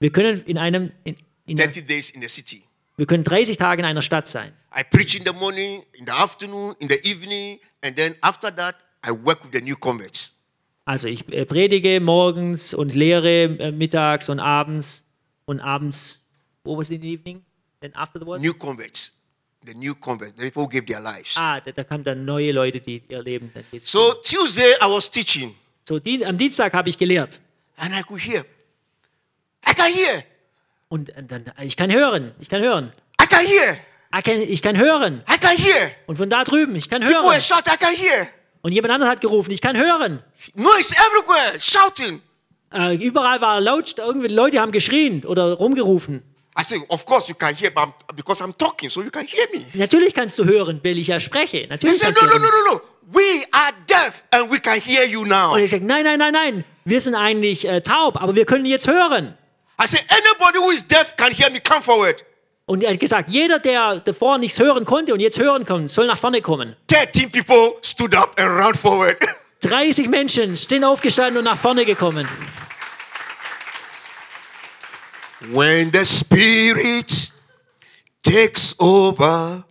Speaker 3: Wir können in einem, in, in,
Speaker 2: 30 days in a city.
Speaker 3: wir können 30 Tage in einer Stadt sein.
Speaker 2: I preach in the morning, in the afternoon, in the evening, and then after that, I work with the new converts.
Speaker 3: Also ich äh, predige morgens und lehre äh, mittags und abends und abends. What was it in the evening? Then afterwards?
Speaker 2: New converts. The new converts. The people who gave their lives.
Speaker 3: Ah, da, da kamen dann neue Leute, die ihr Leben dann jetzt-
Speaker 2: So Tuesday, I was teaching,
Speaker 3: so die, am Dienstag habe ich gelehrt
Speaker 2: and I could hear. I can hear.
Speaker 3: und äh, dann ich kann hören, ich kann hören,
Speaker 2: I can hear.
Speaker 3: I can, ich kann hören
Speaker 2: I can hear.
Speaker 3: und von da drüben, ich kann
Speaker 2: People were
Speaker 3: hören
Speaker 2: shouting, I can hear.
Speaker 3: und jemand anderes hat gerufen, ich kann hören.
Speaker 2: Noise everywhere, shouting.
Speaker 3: Äh, überall war laut, irgendwie Leute haben geschrien oder rumgerufen.
Speaker 2: I said, Of course you can hear, but I'm, because I'm talking, so you can hear me.
Speaker 3: Natürlich kannst du hören, weil ich ja spreche.
Speaker 2: They
Speaker 3: Natürlich
Speaker 2: said,
Speaker 3: kannst
Speaker 2: No,
Speaker 3: du
Speaker 2: no,
Speaker 3: hören.
Speaker 2: no, no, no. We are deaf and we can hear you now.
Speaker 3: Und ich sage, nein, nein, nein, nein, wir sind eigentlich äh, taub, aber wir können jetzt hören.
Speaker 2: I said, Anybody who is deaf can hear me, come forward.
Speaker 3: Und er hat gesagt, jeder, der davor nichts hören konnte und jetzt hören kann, soll nach vorne kommen.
Speaker 2: 13 people stood up and ran forward.
Speaker 3: 30 Menschen sind aufgestanden und nach vorne gekommen.
Speaker 2: when the Spirit takes over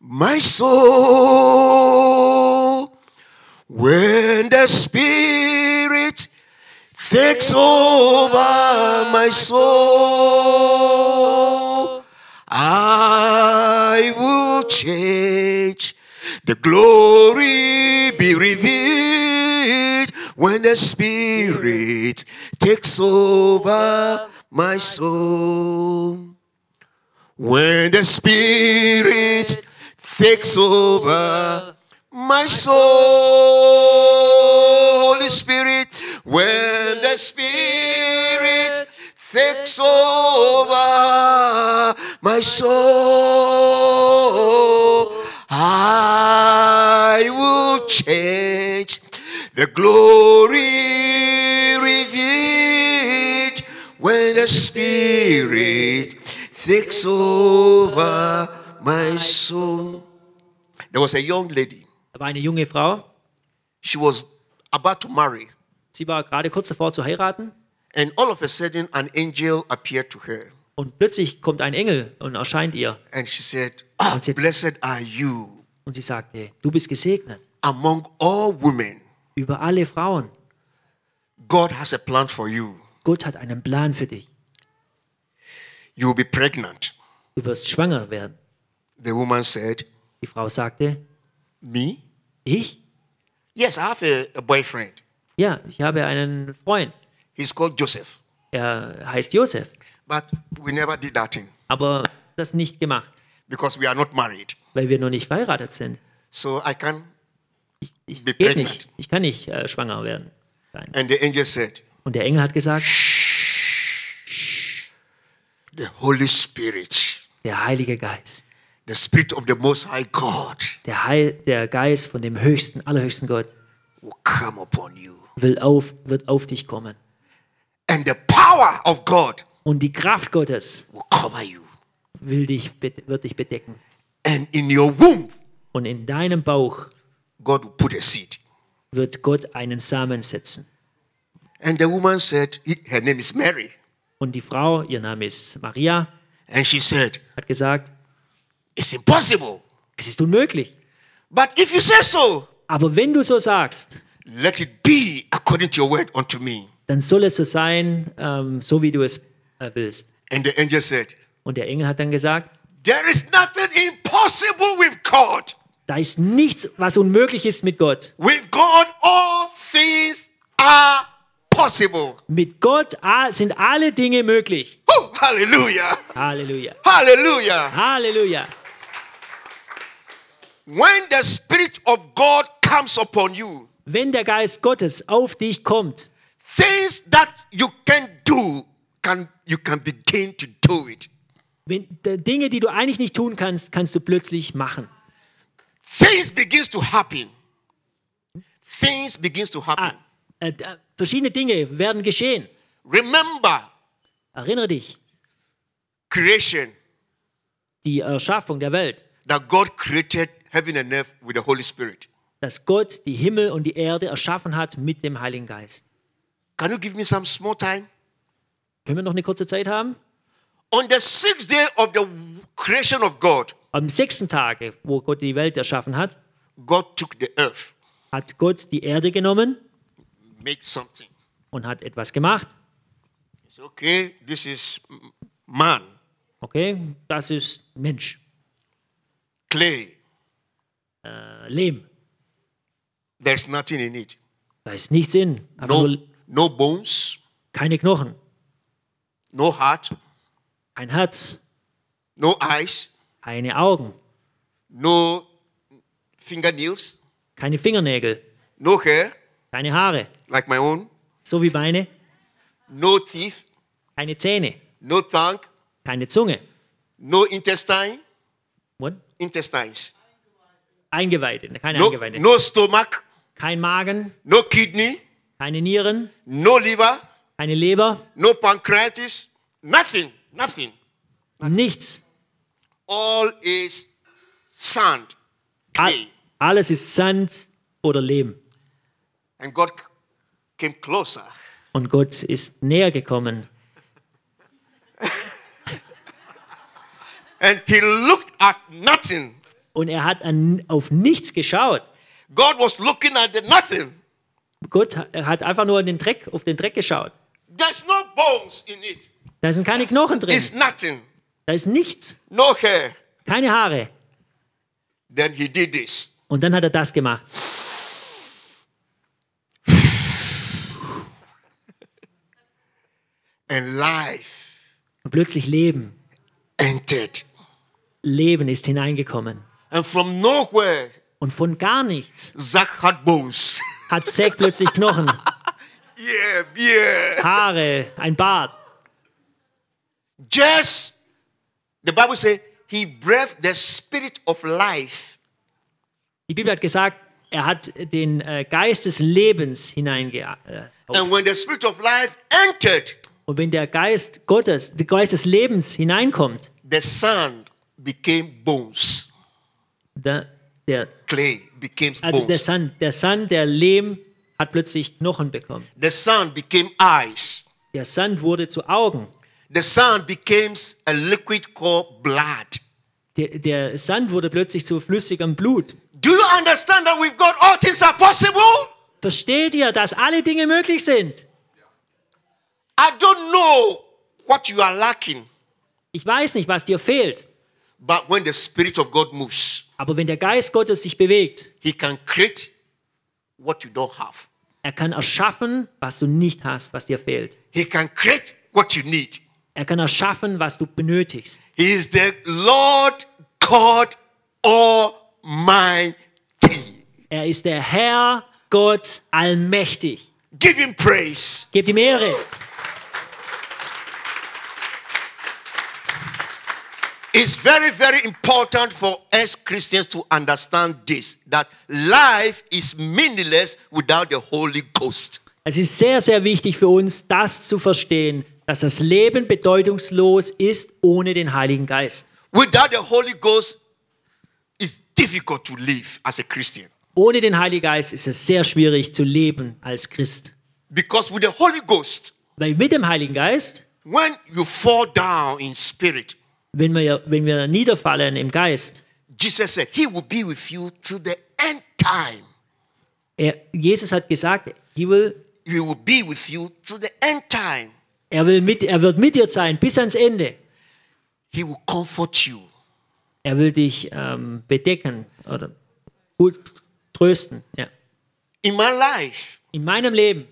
Speaker 2: my soul, when the Spirit takes over my soul, I will change. The glory be revealed when the Spirit takes over my soul. When the Spirit takes over my soul, Holy Spirit, when the Spirit takes over my soul, I will change the glory revealed when the Spirit takes over my soul. There was a young lady.
Speaker 3: Da war eine junge Frau,
Speaker 2: She was about to marry,
Speaker 3: sie war gerade kurz davor zu heiraten
Speaker 2: and all of a sudden, an angel appeared to her.
Speaker 3: und plötzlich kommt ein Engel und erscheint ihr
Speaker 2: And she said, Ah,
Speaker 3: And said-
Speaker 2: Blessed are you
Speaker 3: und sie sagte, du bist gesegnet
Speaker 2: among all women.
Speaker 3: über alle Frauen.
Speaker 2: God has a plan for you.
Speaker 3: Gott hat einen Plan für dich.
Speaker 2: You will be pregnant.
Speaker 3: Du wirst schwanger werden.
Speaker 2: The woman said,
Speaker 3: Die Frau sagte,
Speaker 2: Me?
Speaker 3: ich?
Speaker 2: Yes, I have a, a boyfriend.
Speaker 3: Ja, ich habe einen Freund.
Speaker 2: He's called Joseph.
Speaker 3: Er heißt Josef.
Speaker 2: But we never did that thing
Speaker 3: Aber das nicht gemacht,
Speaker 2: because we are not married.
Speaker 3: weil wir noch nicht verheiratet sind.
Speaker 2: So I can.
Speaker 3: Ich
Speaker 2: Be
Speaker 3: geht
Speaker 2: pregnant.
Speaker 3: nicht. Ich kann nicht äh, schwanger werden. Nein.
Speaker 2: And the angel said,
Speaker 3: Und der Engel hat gesagt,
Speaker 2: The Holy Spirit,
Speaker 3: der Heilige Geist,
Speaker 2: the Spirit of the Most High God,
Speaker 3: der, Heil, der Geist von dem höchsten, allerhöchsten Gott
Speaker 2: will come upon you.
Speaker 3: will auf, wird auf dich kommen.
Speaker 2: And the power of God
Speaker 3: Und die Kraft Gottes
Speaker 2: will cover you.
Speaker 3: will dich, be- wird dich bedecken.
Speaker 2: And in your womb,
Speaker 3: Und in deinem Bauch
Speaker 2: God will put a seed.
Speaker 3: wird Gott einen Samen setzen.
Speaker 2: And the woman said, he- Her name is Mary.
Speaker 3: Und die Frau, ihr Name ist Maria,
Speaker 2: And she said,
Speaker 3: hat gesagt,
Speaker 2: It's impossible.
Speaker 3: es ist unmöglich.
Speaker 2: But if you say so,
Speaker 3: Aber wenn du so sagst,
Speaker 2: let it be according to your word unto me.
Speaker 3: dann soll es so sein, ähm, so wie du es äh, willst.
Speaker 2: And the angel said,
Speaker 3: Und der Engel hat dann gesagt,
Speaker 2: There is nothing impossible with God.
Speaker 3: Da ist nichts, was unmöglich ist mit Gott.
Speaker 2: With God, all things are possible.
Speaker 3: Mit Gott a- sind alle Dinge möglich.
Speaker 2: Oh, hallelujah.
Speaker 3: Halleluja.
Speaker 2: Hallelujah.
Speaker 3: Halleluja.
Speaker 2: When the Spirit of God comes upon you,
Speaker 3: Wenn der Geist Gottes auf dich kommt,
Speaker 2: things that you can do, can, you can begin to do it.
Speaker 3: wenn, d- Dinge, die du eigentlich nicht tun kannst, kannst du plötzlich machen.
Speaker 2: Things begins to happen. Things begins to happen.
Speaker 3: Ah, Äh, da- verschiedene Dinge werden geschehen.
Speaker 2: Remember
Speaker 3: Erinnere dich,
Speaker 2: creation
Speaker 3: die Erschaffung der Welt,
Speaker 2: that God created heaven and earth with the Holy Spirit.
Speaker 3: dass Gott die Himmel und die Erde erschaffen hat mit dem Heiligen Geist.
Speaker 2: Can you give me some small time?
Speaker 3: Können wir noch eine kurze Zeit haben?
Speaker 2: On the sixth day of the creation of God,
Speaker 3: Am sechsten Tage, wo Gott die Welt erschaffen hat,
Speaker 2: God took the earth,
Speaker 3: hat Gott die Erde genommen
Speaker 2: made something.
Speaker 3: und hat etwas gemacht.
Speaker 2: He said, okay, this is m- man,
Speaker 3: Okay, das ist Mensch,
Speaker 2: clay.
Speaker 3: äh, Lehm.
Speaker 2: There's nothing in it.
Speaker 3: Da ist nichts in. Einfach
Speaker 2: No,
Speaker 3: nur
Speaker 2: no bones,
Speaker 3: keine Knochen,
Speaker 2: no heart,
Speaker 3: kein Herz,
Speaker 2: no eyes,
Speaker 3: keine Augen,
Speaker 2: no fingernails,
Speaker 3: keine Fingernägel,
Speaker 2: no hair,
Speaker 3: keine Haare,
Speaker 2: like my own,
Speaker 3: so wie Beine,
Speaker 2: no teeth,
Speaker 3: keine Zähne,
Speaker 2: no tongue,
Speaker 3: keine Zunge.
Speaker 2: no intestine,
Speaker 3: What?
Speaker 2: intestines,
Speaker 3: Eingeweide, keine
Speaker 2: no,
Speaker 3: Eingeweide.
Speaker 2: no stomach,
Speaker 3: Kein Magen,
Speaker 2: no kidney,
Speaker 3: keine Nieren,
Speaker 2: no liver,
Speaker 3: keine Leber,
Speaker 2: no pancreatitis, nothing, nothing.
Speaker 3: nichts.
Speaker 2: All is sand,
Speaker 3: Al
Speaker 2: clay.
Speaker 3: alles ist Sand oder Lehm.
Speaker 2: And God c- came closer.
Speaker 3: Und Gott ist näher gekommen.
Speaker 2: And he looked at nothing.
Speaker 3: Und er hat an, auf nichts geschaut.
Speaker 2: God was looking at the nothing.
Speaker 3: Gott ha- er hat einfach nur in den Dreck, auf den Dreck geschaut.
Speaker 2: There's no bones in it.
Speaker 3: Da sind keine Knochen drin.
Speaker 2: It's nothing.
Speaker 3: Da ist nichts.
Speaker 2: No hair.
Speaker 3: Keine Haare.
Speaker 2: Then he did this.
Speaker 3: Und dann hat er das gemacht.
Speaker 2: And life
Speaker 3: Und plötzlich Leben.
Speaker 2: entered.
Speaker 3: Leben ist hineingekommen.
Speaker 2: And from nowhere,
Speaker 3: Und von gar nichts
Speaker 2: Zach had bones.
Speaker 3: hat Zack plötzlich Knochen,
Speaker 2: yeah, yeah.
Speaker 3: Haare, ein Bart.
Speaker 2: Just, the Bible says, he breathed the spirit of life
Speaker 3: Die Bibel hat gesagt, er hat den äh, Geist des Lebens hineinge. Äh, auf-
Speaker 2: And when the Spirit of life entered,
Speaker 3: und wenn der Geist Gottes, der Geist des Lebens hineinkommt,
Speaker 2: the sand became bones.
Speaker 3: da, der,
Speaker 2: Clay became
Speaker 3: also der,
Speaker 2: bones.
Speaker 3: Sand, der Sand, der Lehm hat plötzlich Knochen bekommen.
Speaker 2: The sand became eyes.
Speaker 3: Der Sand wurde zu Augen.
Speaker 2: The sand became a liquid called blood.
Speaker 3: Der, der Sand wurde plötzlich zu flüssigem Blut.
Speaker 2: Do you understand that with God all things are possible?
Speaker 3: Versteht ihr, dass alle Dinge möglich sind?
Speaker 2: I don't know what you are lacking,
Speaker 3: Ich weiß nicht, was dir fehlt,
Speaker 2: but when the Spirit of God moves,
Speaker 3: aber wenn der Geist Gottes sich bewegt,
Speaker 2: He can create what you don't have.
Speaker 3: er kann erschaffen, was du nicht hast, was dir fehlt.
Speaker 2: He can create what you need.
Speaker 3: Er kann erschaffen, was du benötigst.
Speaker 2: He is the Lord God Almighty.
Speaker 3: Er ist der Herr, Gott, allmächtig.
Speaker 2: Give him praise.
Speaker 3: Gebt ihm Ehre.
Speaker 2: It's very, very important for us Christians to understand this that life is meaningless without the Holy Ghost.
Speaker 3: Es ist sehr, sehr wichtig für uns, das zu verstehen, dass das Leben bedeutungslos ist ohne den Heiligen Geist.
Speaker 2: Without the Holy Ghost, it's difficult to live as a Christian.
Speaker 3: Ohne den Heiligen Geist ist es sehr schwierig zu leben als Christ.
Speaker 2: Because with the Holy Ghost,
Speaker 3: Weil mit dem Heiligen Geist,
Speaker 2: when you fall down in spirit,
Speaker 3: wenn wir, wenn wir niederfallen im Geist,
Speaker 2: Jesus said, He will be with you till the end time.
Speaker 3: er, Jesus hat gesagt, he will,
Speaker 2: He will be with you till the end time.
Speaker 3: er, will mit, er wird mit dir sein bis ans Ende.
Speaker 2: He will comfort you.
Speaker 3: Er will dich ähm, bedecken oder gut trösten. Ja.
Speaker 2: In my life,
Speaker 3: In meinem Leben,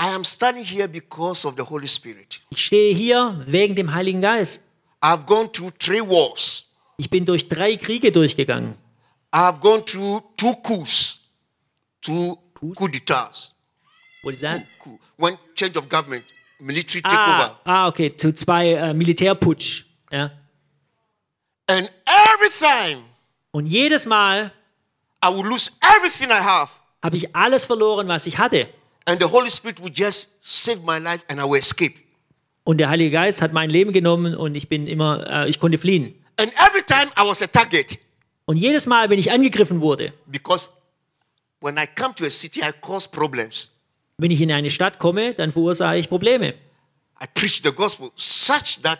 Speaker 2: I am standing here because of the Holy Spirit.
Speaker 3: ich stehe hier wegen dem Heiligen Geist.
Speaker 2: I've gone through three wars.
Speaker 3: Ich bin durch drei Kriege durchgegangen.
Speaker 2: I've gone through two coups, two coup d'etats.
Speaker 3: What is that?
Speaker 2: Coup. One change of government, military takeover.
Speaker 3: Ah, ah, okay, zu zwei äh, Militärputsch. Ja.
Speaker 2: And every time
Speaker 3: Und jedes Mal
Speaker 2: I will lose everything I have
Speaker 3: habe ich alles verloren, was ich hatte.
Speaker 2: And the Holy Spirit would just save my life and I will escape.
Speaker 3: Und der Heilige Geist hat mein Leben genommen und ich bin immer, äh, ich konnte fliehen.
Speaker 2: And every time I was a target
Speaker 3: Und jedes Mal, wenn ich angegriffen wurde,
Speaker 2: because when I come to a city, I cause problems.
Speaker 3: wenn ich in eine Stadt komme, dann verursache ich Probleme.
Speaker 2: I preach the gospel such that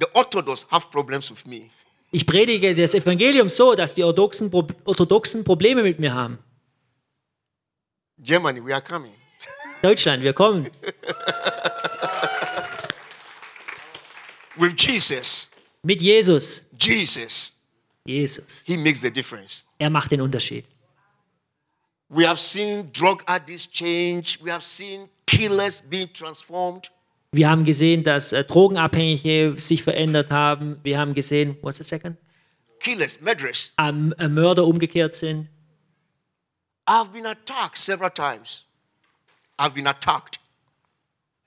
Speaker 2: the Orthodox have problems with me.
Speaker 3: Ich predige das Evangelium so, dass die orthodoxen, Pro orthodoxen Probleme mit mir haben.
Speaker 2: Germany, we are coming.
Speaker 3: Deutschland, wir kommen.
Speaker 2: With Jesus,
Speaker 3: Mit Jesus.
Speaker 2: Jesus,
Speaker 3: Jesus.
Speaker 2: He makes the difference.
Speaker 3: Er macht den Unterschied.
Speaker 2: We have seen drug addicts change. We have seen killers being transformed.
Speaker 3: Wir haben gesehen, dass äh, Drogenabhängige sich verändert haben. Wir haben gesehen, what's the second?
Speaker 2: Killers, murderers.
Speaker 3: Ähm, äh, Mörder umgekehrt sind.
Speaker 2: I've been attacked several times. I've been attacked.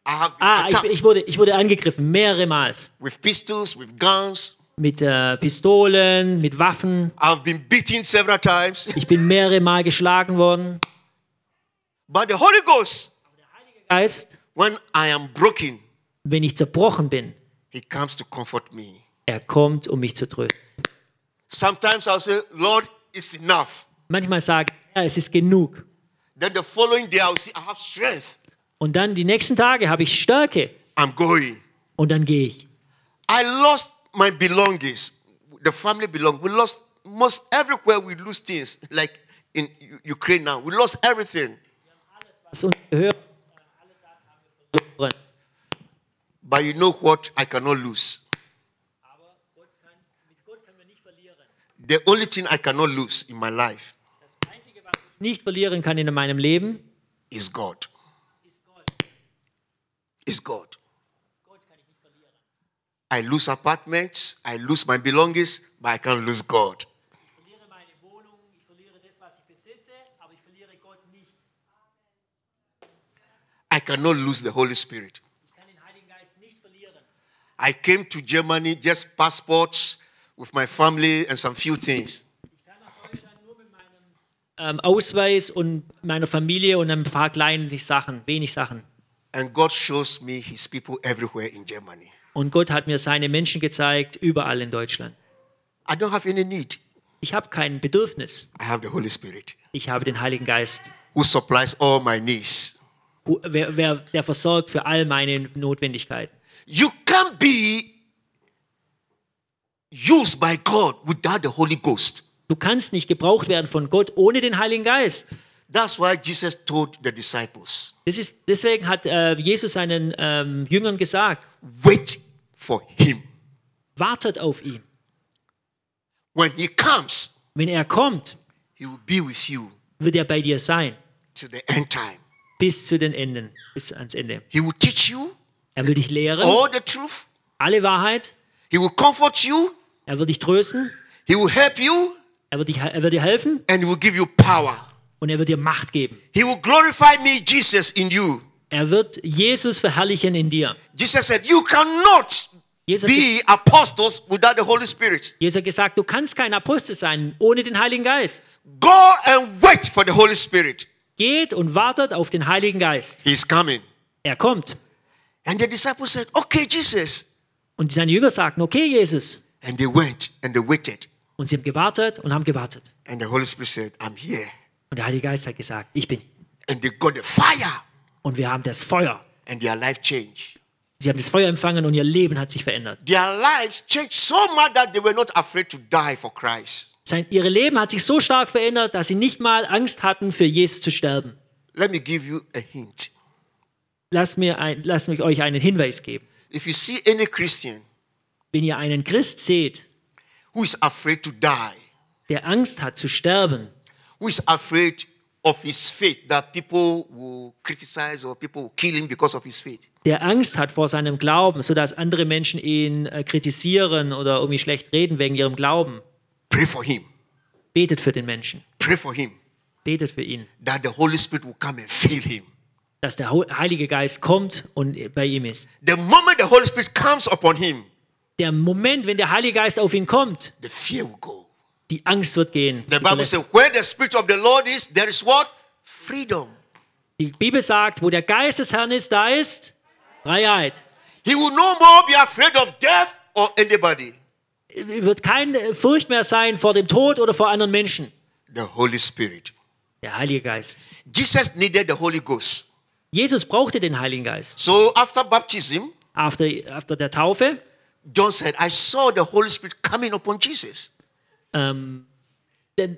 Speaker 2: I have been
Speaker 3: Ah, ich,
Speaker 2: attacked
Speaker 3: ich, wurde, ich wurde angegriffen, mehrere Mal.
Speaker 2: with pistols, with guns.
Speaker 3: Mit äh, Pistolen, mit Waffen.
Speaker 2: I've been beaten several times.
Speaker 3: Ich bin mehrere Mal geschlagen worden.
Speaker 2: But the Holy Ghost,
Speaker 3: Geist,
Speaker 2: when I am broken,
Speaker 3: wenn ich zerbrochen bin,
Speaker 2: He comes to comfort me.
Speaker 3: er kommt, um mich zu trösten.
Speaker 2: Sometimes I'll say, Lord, it's enough.
Speaker 3: Manchmal sage ich, ja, es ist genug.
Speaker 2: Then the following day I'll see I have strength.
Speaker 3: Und dann die nächsten Tage habe ich Stärke
Speaker 2: I'm going.
Speaker 3: und dann gehe ich.
Speaker 2: I lost my belongings, the family belong. We lost most everywhere. We lose things, like in U- Ukraine now. We lost everything.
Speaker 3: Was uns gehört, verloren.
Speaker 2: But you know what? I cannot lose. The only thing I cannot lose in my life
Speaker 3: nicht verlieren kann in meinem Leben.
Speaker 2: is God. Is God. I lose apartments, I lose my belongings, but I can't lose God.
Speaker 3: Ich verliere meine Wohnung, ich verliere das, was ich besitze, aber ich verliere Gott nicht.
Speaker 2: I cannot lose the Holy Spirit.
Speaker 3: Ich kann den Heiligen Geist nicht verlieren.
Speaker 2: I came to Germany just passports with my family and some few things.
Speaker 3: Ich kann nach Deutschland nur mit meinem ähm, Ausweis und meiner Familie und ein paar kleinen Sachen, wenig Sachen.
Speaker 2: And God shows me his people everywhere in Germany.
Speaker 3: Und Gott hat mir seine Menschen gezeigt, überall in Deutschland.
Speaker 2: I don't have any need.
Speaker 3: Ich habe kein Bedürfnis.
Speaker 2: I have the Holy Spirit
Speaker 3: Ich habe den Heiligen Geist.
Speaker 2: who supplies all my needs.
Speaker 3: Wo- Wer, wer, der versorgt für all meine Notwendigkeiten.
Speaker 2: You can't be used by God without the Holy Ghost.
Speaker 3: Du kannst nicht gebraucht werden von Gott ohne den Heiligen Geist.
Speaker 2: That's why Jesus told the disciples,
Speaker 3: Das ist, deswegen hat äh, Jesus seinen ähm, Jüngern gesagt,
Speaker 2: wait for him.
Speaker 3: wartet auf ihn.
Speaker 2: When he comes,
Speaker 3: Wenn er kommt,
Speaker 2: he will be with you
Speaker 3: wird er bei dir sein.
Speaker 2: till the end time.
Speaker 3: Bis zu den Enden, bis ans Ende.
Speaker 2: He will teach you
Speaker 3: Er will dich lehren,
Speaker 2: all the truth.
Speaker 3: alle Wahrheit.
Speaker 2: He will comfort you.
Speaker 3: Er wird dich trösten.
Speaker 2: He will help you
Speaker 3: Er wird, dich, er wird dir helfen
Speaker 2: and he will give you power.
Speaker 3: und er wird dir Macht geben.
Speaker 2: He will glorify me, Jesus, in you.
Speaker 3: Er wird Jesus verherrlichen in dir.
Speaker 2: Jesus said, You cannot
Speaker 3: Jesus, hat ge-
Speaker 2: be apostles without the Holy Spirit.
Speaker 3: Jesus hat gesagt, du kannst kein Apostel sein ohne den Heiligen Geist.
Speaker 2: Go and wait for the Holy Spirit.
Speaker 3: Geht und wartet auf den Heiligen Geist.
Speaker 2: He's coming.
Speaker 3: Er kommt.
Speaker 2: And the disciples said, Okay, Jesus.
Speaker 3: Und seine Jünger sagten, okay, Jesus.
Speaker 2: And they went and they waited.
Speaker 3: Und sie haben gewartet und haben gewartet.
Speaker 2: And the Holy Spirit said, I'm here.
Speaker 3: Und der Heilige Geist hat gesagt, ich bin.
Speaker 2: And they got the fire
Speaker 3: Und wir haben das Feuer.
Speaker 2: and their life changed.
Speaker 3: Sie haben das Feuer empfangen und ihr Leben hat sich verändert.
Speaker 2: Their lives changed so much that they were not afraid to die for Christ.
Speaker 3: Sein, ihre Leben hat sich so stark verändert, dass sie nicht mal Angst hatten, für Jesus zu sterben.
Speaker 2: Let me give you a hint.
Speaker 3: Lasst, mir ein, lasst mich euch einen Hinweis geben.
Speaker 2: If you see any Christian
Speaker 3: Wenn ihr einen Christ seht,
Speaker 2: who is afraid to die,
Speaker 3: der Angst hat zu sterben,
Speaker 2: who is afraid of his faith that people will criticize or people will kill him because of his faith.
Speaker 3: der Angst hat vor seinem Glauben, sodass andere Menschen ihn äh, kritisieren oder irgendwie schlecht reden wegen ihrem Glauben,
Speaker 2: Pray for him.
Speaker 3: betet für den Menschen,
Speaker 2: Pray for him
Speaker 3: betet für ihn,
Speaker 2: that the Holy Spirit will come and fill him.
Speaker 3: dass der Ho- Heilige Geist kommt und bei ihm ist.
Speaker 2: The moment the Holy Spirit comes upon him,
Speaker 3: Der Moment, wenn der Heilige Geist auf ihn kommt,
Speaker 2: the fear will go.
Speaker 3: die Angst wird gehen.
Speaker 2: The Bible says, where the Spirit of the Lord is, there is what? freedom.
Speaker 3: Die Bibel sagt, wo der Geist des Herrn ist, da ist Freiheit.
Speaker 2: He will no more be afraid of death or anybody.
Speaker 3: Wird kein äh, Furcht mehr sein vor dem Tod oder vor anderen Menschen.
Speaker 2: The Holy Spirit.
Speaker 3: Der Heilige Geist.
Speaker 2: Jesus needed the Holy Ghost.
Speaker 3: Jesus brauchte den Heiligen Geist.
Speaker 2: So after baptism,
Speaker 3: After, after der Taufe
Speaker 2: John said, I saw the Holy Spirit coming upon Jesus.
Speaker 3: ähm, denn-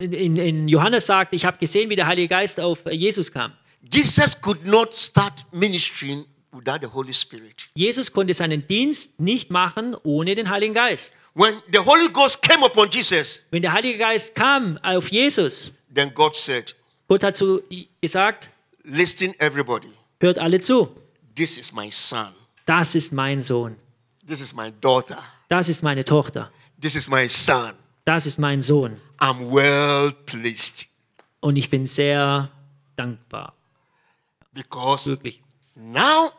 Speaker 3: in, in- in Johannes sagt, ich habe gesehen, wie der Heilige Geist auf äh, Jesus kam.
Speaker 2: Jesus could not start ministering without the Holy Spirit.
Speaker 3: Jesus konnte seinen Dienst nicht machen ohne den Heiligen Geist.
Speaker 2: When the Holy Ghost came upon Jesus,
Speaker 3: Wenn der Heilige Geist kam auf Jesus,
Speaker 2: then God said,
Speaker 3: Gott hat zu i- gesagt,
Speaker 2: Listen, everybody,
Speaker 3: hört alle zu.
Speaker 2: this is my son,
Speaker 3: Das ist mein Sohn.
Speaker 2: this is my daughter,
Speaker 3: Das ist meine Tochter.
Speaker 2: this is my son.
Speaker 3: Das ist mein Sohn.
Speaker 2: I'm well pleased
Speaker 3: Und ich bin sehr dankbar.
Speaker 2: because
Speaker 3: Wirklich.
Speaker 2: now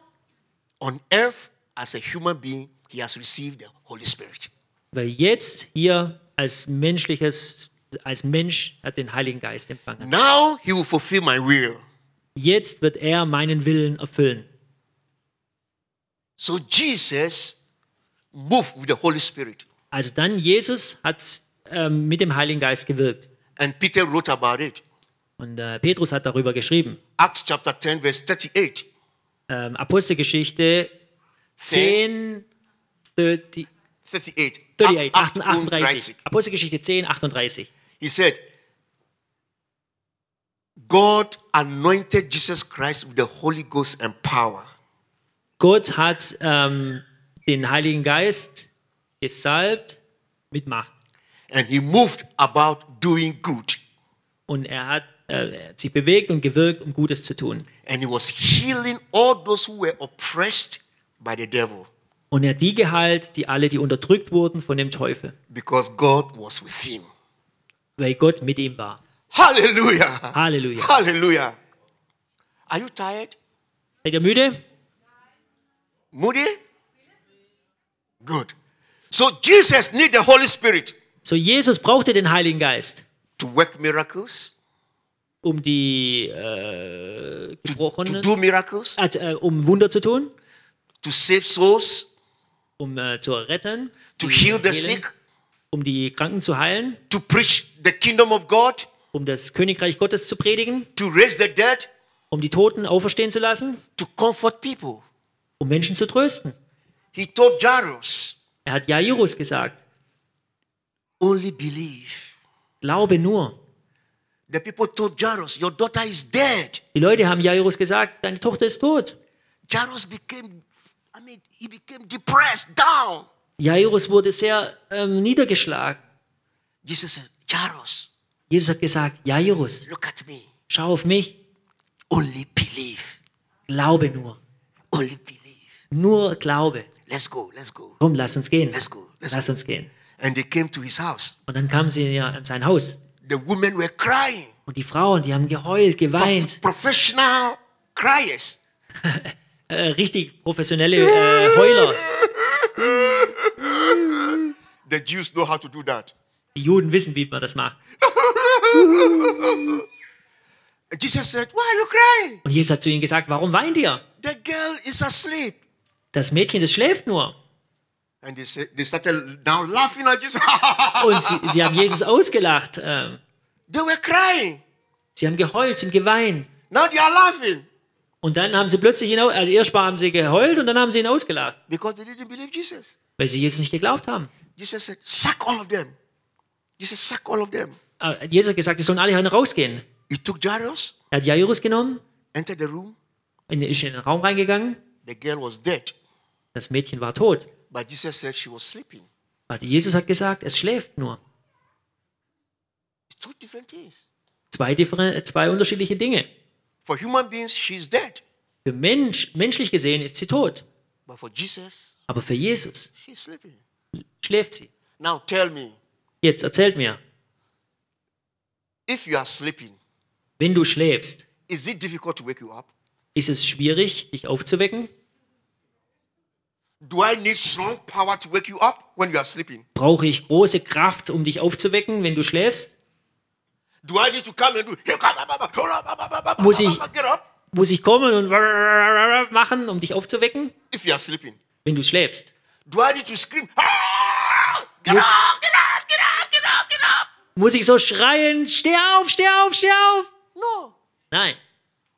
Speaker 2: on earth, as a human being, he has received the Holy Spirit.
Speaker 3: Weil jetzt hier als menschliches, als Mensch hat den Heiligen Geist empfangen.
Speaker 2: Now he will fulfill my will.
Speaker 3: Jetzt wird er meinen Willen erfüllen.
Speaker 2: So Jesus moved with the Holy Spirit.
Speaker 3: Also dann Jesus hat ähm, mit dem Heiligen Geist gewirkt.
Speaker 2: And Peter wrote about it.
Speaker 3: Und äh, Petrus hat darüber geschrieben.
Speaker 2: Acts chapter 10, verse 38.
Speaker 3: Ähm, Apostelgeschichte 10, 30,
Speaker 2: 38. Act-
Speaker 3: 38, 38,
Speaker 2: Act
Speaker 3: 38. Apostelgeschichte 10, 38.
Speaker 2: He said, God anointed Jesus Christ with the Holy Ghost and power.
Speaker 3: Gott hat ähm, den Heiligen Geist gesalbt mit Macht.
Speaker 2: And he moved about doing good.
Speaker 3: Und er hat, äh, er hat sich bewegt und gewirkt, um Gutes zu tun.
Speaker 2: And he was healing all those who were oppressed by the devil
Speaker 3: Und er hat die geheilt, die alle, die unterdrückt wurden von dem Teufel,
Speaker 2: because God was with him.
Speaker 3: weil Gott mit ihm war.
Speaker 2: Hallelujah.
Speaker 3: Halleluja.
Speaker 2: Hallelujah. Are you tired?
Speaker 3: Seid ihr müde?
Speaker 2: Moody? Good. So Jesus need the Holy Spirit
Speaker 3: So, Jesus brauchte den Heiligen Geist,
Speaker 2: to work miracles,
Speaker 3: um die äh,
Speaker 2: to
Speaker 3: Gebrochenen,
Speaker 2: do miracles,
Speaker 3: also, äh, um Wunder zu tun,
Speaker 2: to save souls,
Speaker 3: um äh, zu retten,
Speaker 2: to
Speaker 3: die
Speaker 2: heal the
Speaker 3: Seelen,
Speaker 2: sick,
Speaker 3: um die Kranken zu heilen,
Speaker 2: to preach the kingdom of God,
Speaker 3: um das Königreich Gottes zu predigen,
Speaker 2: to raise the dead,
Speaker 3: um die Toten auferstehen zu lassen,
Speaker 2: to comfort people.
Speaker 3: um Menschen zu trösten.
Speaker 2: He told Jairus,
Speaker 3: Er hat Jairus gesagt,
Speaker 2: only believe.
Speaker 3: glaube nur.
Speaker 2: The people told Jairus, your daughter is dead.
Speaker 3: Die Leute haben Jairus gesagt, deine Tochter ist tot.
Speaker 2: Jairus became, I mean, he became depressed, down.
Speaker 3: Jairus wurde sehr ähm, niedergeschlagen.
Speaker 2: Jesus said, Jairus,
Speaker 3: Jesus hat gesagt, Jairus,
Speaker 2: look at me.
Speaker 3: schau auf mich,
Speaker 2: Only believe.
Speaker 3: glaube nur.
Speaker 2: Only believe.
Speaker 3: Nur glaube.
Speaker 2: Let's go, let's go.
Speaker 3: Komm, lass uns gehen.
Speaker 2: Let's go, let's
Speaker 3: lass uns gehen.
Speaker 2: And they came to his house.
Speaker 3: Und dann kamen sie ja an sein Haus.
Speaker 2: The women were crying,
Speaker 3: Und die Frauen, die haben geheult, geweint.
Speaker 2: Prof- professional criers.
Speaker 3: Äh, richtig professionelle äh, Heuler.
Speaker 2: The Jews know how to do that.
Speaker 3: Die Juden wissen, wie man das macht.
Speaker 2: And Jesus said, Why are you crying?
Speaker 3: Und Jesus hat zu ihnen gesagt, warum weint ihr?
Speaker 2: The girl is asleep.
Speaker 3: Das Mädchen, das schläft nur.
Speaker 2: And they said they started now laughing at Jesus.
Speaker 3: Und sie, sie haben Jesus ausgelacht. ähm,
Speaker 2: they were crying.
Speaker 3: Sie haben geheult, sie haben geweint.
Speaker 2: Now they are laughing
Speaker 3: Und dann haben sie plötzlich ihn, au- also erst mal haben sie geheult und dann haben sie ihn ausgelacht,
Speaker 2: because they didn't believe Jesus.
Speaker 3: weil sie Jesus nicht geglaubt haben.
Speaker 2: Jesus said, sack all of them. Jesus sack all of them.
Speaker 3: Aber Jesus hat gesagt, die sollen alle rausgehen.
Speaker 2: He took Jairus,
Speaker 3: Er hat Jairus genommen,
Speaker 2: entered the room.
Speaker 3: in- ist in den Raum reingegangen.
Speaker 2: The girl was dead.
Speaker 3: Das Mädchen war tot.
Speaker 2: But Jesus said she was sleeping.
Speaker 3: Aber Jesus hat gesagt, es schläft nur.
Speaker 2: It's two different things.
Speaker 3: Zwei, differen- äh, zwei unterschiedliche Dinge.
Speaker 2: For human beings, she's dead.
Speaker 3: Für Mensch, menschlich gesehen ist sie tot.
Speaker 2: But for Jesus,
Speaker 3: Aber für Jesus
Speaker 2: she's sleeping.
Speaker 3: schläft sie.
Speaker 2: Now tell me,
Speaker 3: Jetzt erzählt mir,
Speaker 2: if you are sleeping,
Speaker 3: wenn du schläfst,
Speaker 2: is it difficult to wake you up?
Speaker 3: ist es schwierig, dich aufzuwecken?
Speaker 2: Do I need strong power to wake you up when you are sleeping?
Speaker 3: Brauche ich große Kraft, um dich aufzuwecken, wenn du schläfst?
Speaker 2: Do I need to come and do?
Speaker 3: Muss ich-
Speaker 2: Get up
Speaker 3: Muss ich kommen und machen, um dich aufzuwecken?
Speaker 2: if you are sleeping.
Speaker 3: Wenn du schläfst.
Speaker 2: Do I need to scream? "Ah! Get up! Get
Speaker 3: Muss-
Speaker 2: up! Get up! Get up! Get up!
Speaker 3: Muss ich so schreien, steh auf, steh auf, steh auf?
Speaker 2: No.
Speaker 3: Nein.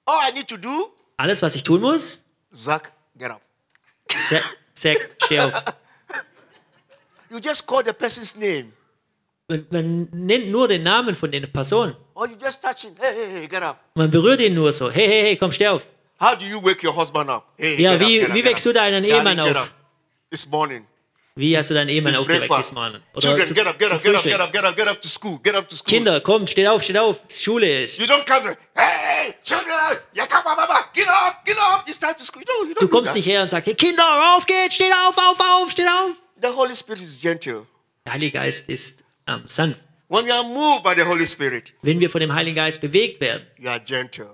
Speaker 2: All I need to do,
Speaker 3: Alles, was ich tun muss,
Speaker 2: Zach, get up.
Speaker 3: Zack, Zack, steh auf.
Speaker 2: You just call the person's name,
Speaker 3: Man, man nennt nur den Namen von der Person.
Speaker 2: or you just touch him. Hey, hey, hey, get up.
Speaker 3: Man berührt ihn nur so. Hey, hey, hey, komm, steh auf.
Speaker 2: How do you wake your husband up? Hey,
Speaker 3: Ja,
Speaker 2: get up,
Speaker 3: wie-
Speaker 2: get up,
Speaker 3: wie
Speaker 2: get
Speaker 3: wächst
Speaker 2: up.
Speaker 3: du deinen
Speaker 2: Darling,
Speaker 3: Ehemann
Speaker 2: get
Speaker 3: auf?
Speaker 2: up. It's morning.
Speaker 3: Wie hast du deinen Ehemann
Speaker 2: It's
Speaker 3: aufgeweckt
Speaker 2: breakfast.
Speaker 3: diesen Morgen? Oder
Speaker 2: Children,
Speaker 3: zu,
Speaker 2: get up, get
Speaker 3: zum
Speaker 2: up, get up,
Speaker 3: Frühstück?
Speaker 2: get up, get up, get up to school, get up to school.
Speaker 3: Kinder, kommt, steht auf, steht auf, Schule ist.
Speaker 2: You don't come to, hey, children, yeah, come on, mama, get up, get up. You start to school. No, you don't
Speaker 3: Du
Speaker 2: do
Speaker 3: kommst
Speaker 2: that.
Speaker 3: nicht her und sagst, hey Kinder, auf geht's, steht auf, auf, auf, steht auf.
Speaker 2: The Holy Spirit is gentle.
Speaker 3: Der Heilige Geist ist ähm, sanft.
Speaker 2: When you are moved by the Holy Spirit,
Speaker 3: Wenn wir von dem Heiligen Geist bewegt werden,
Speaker 2: you are gentle.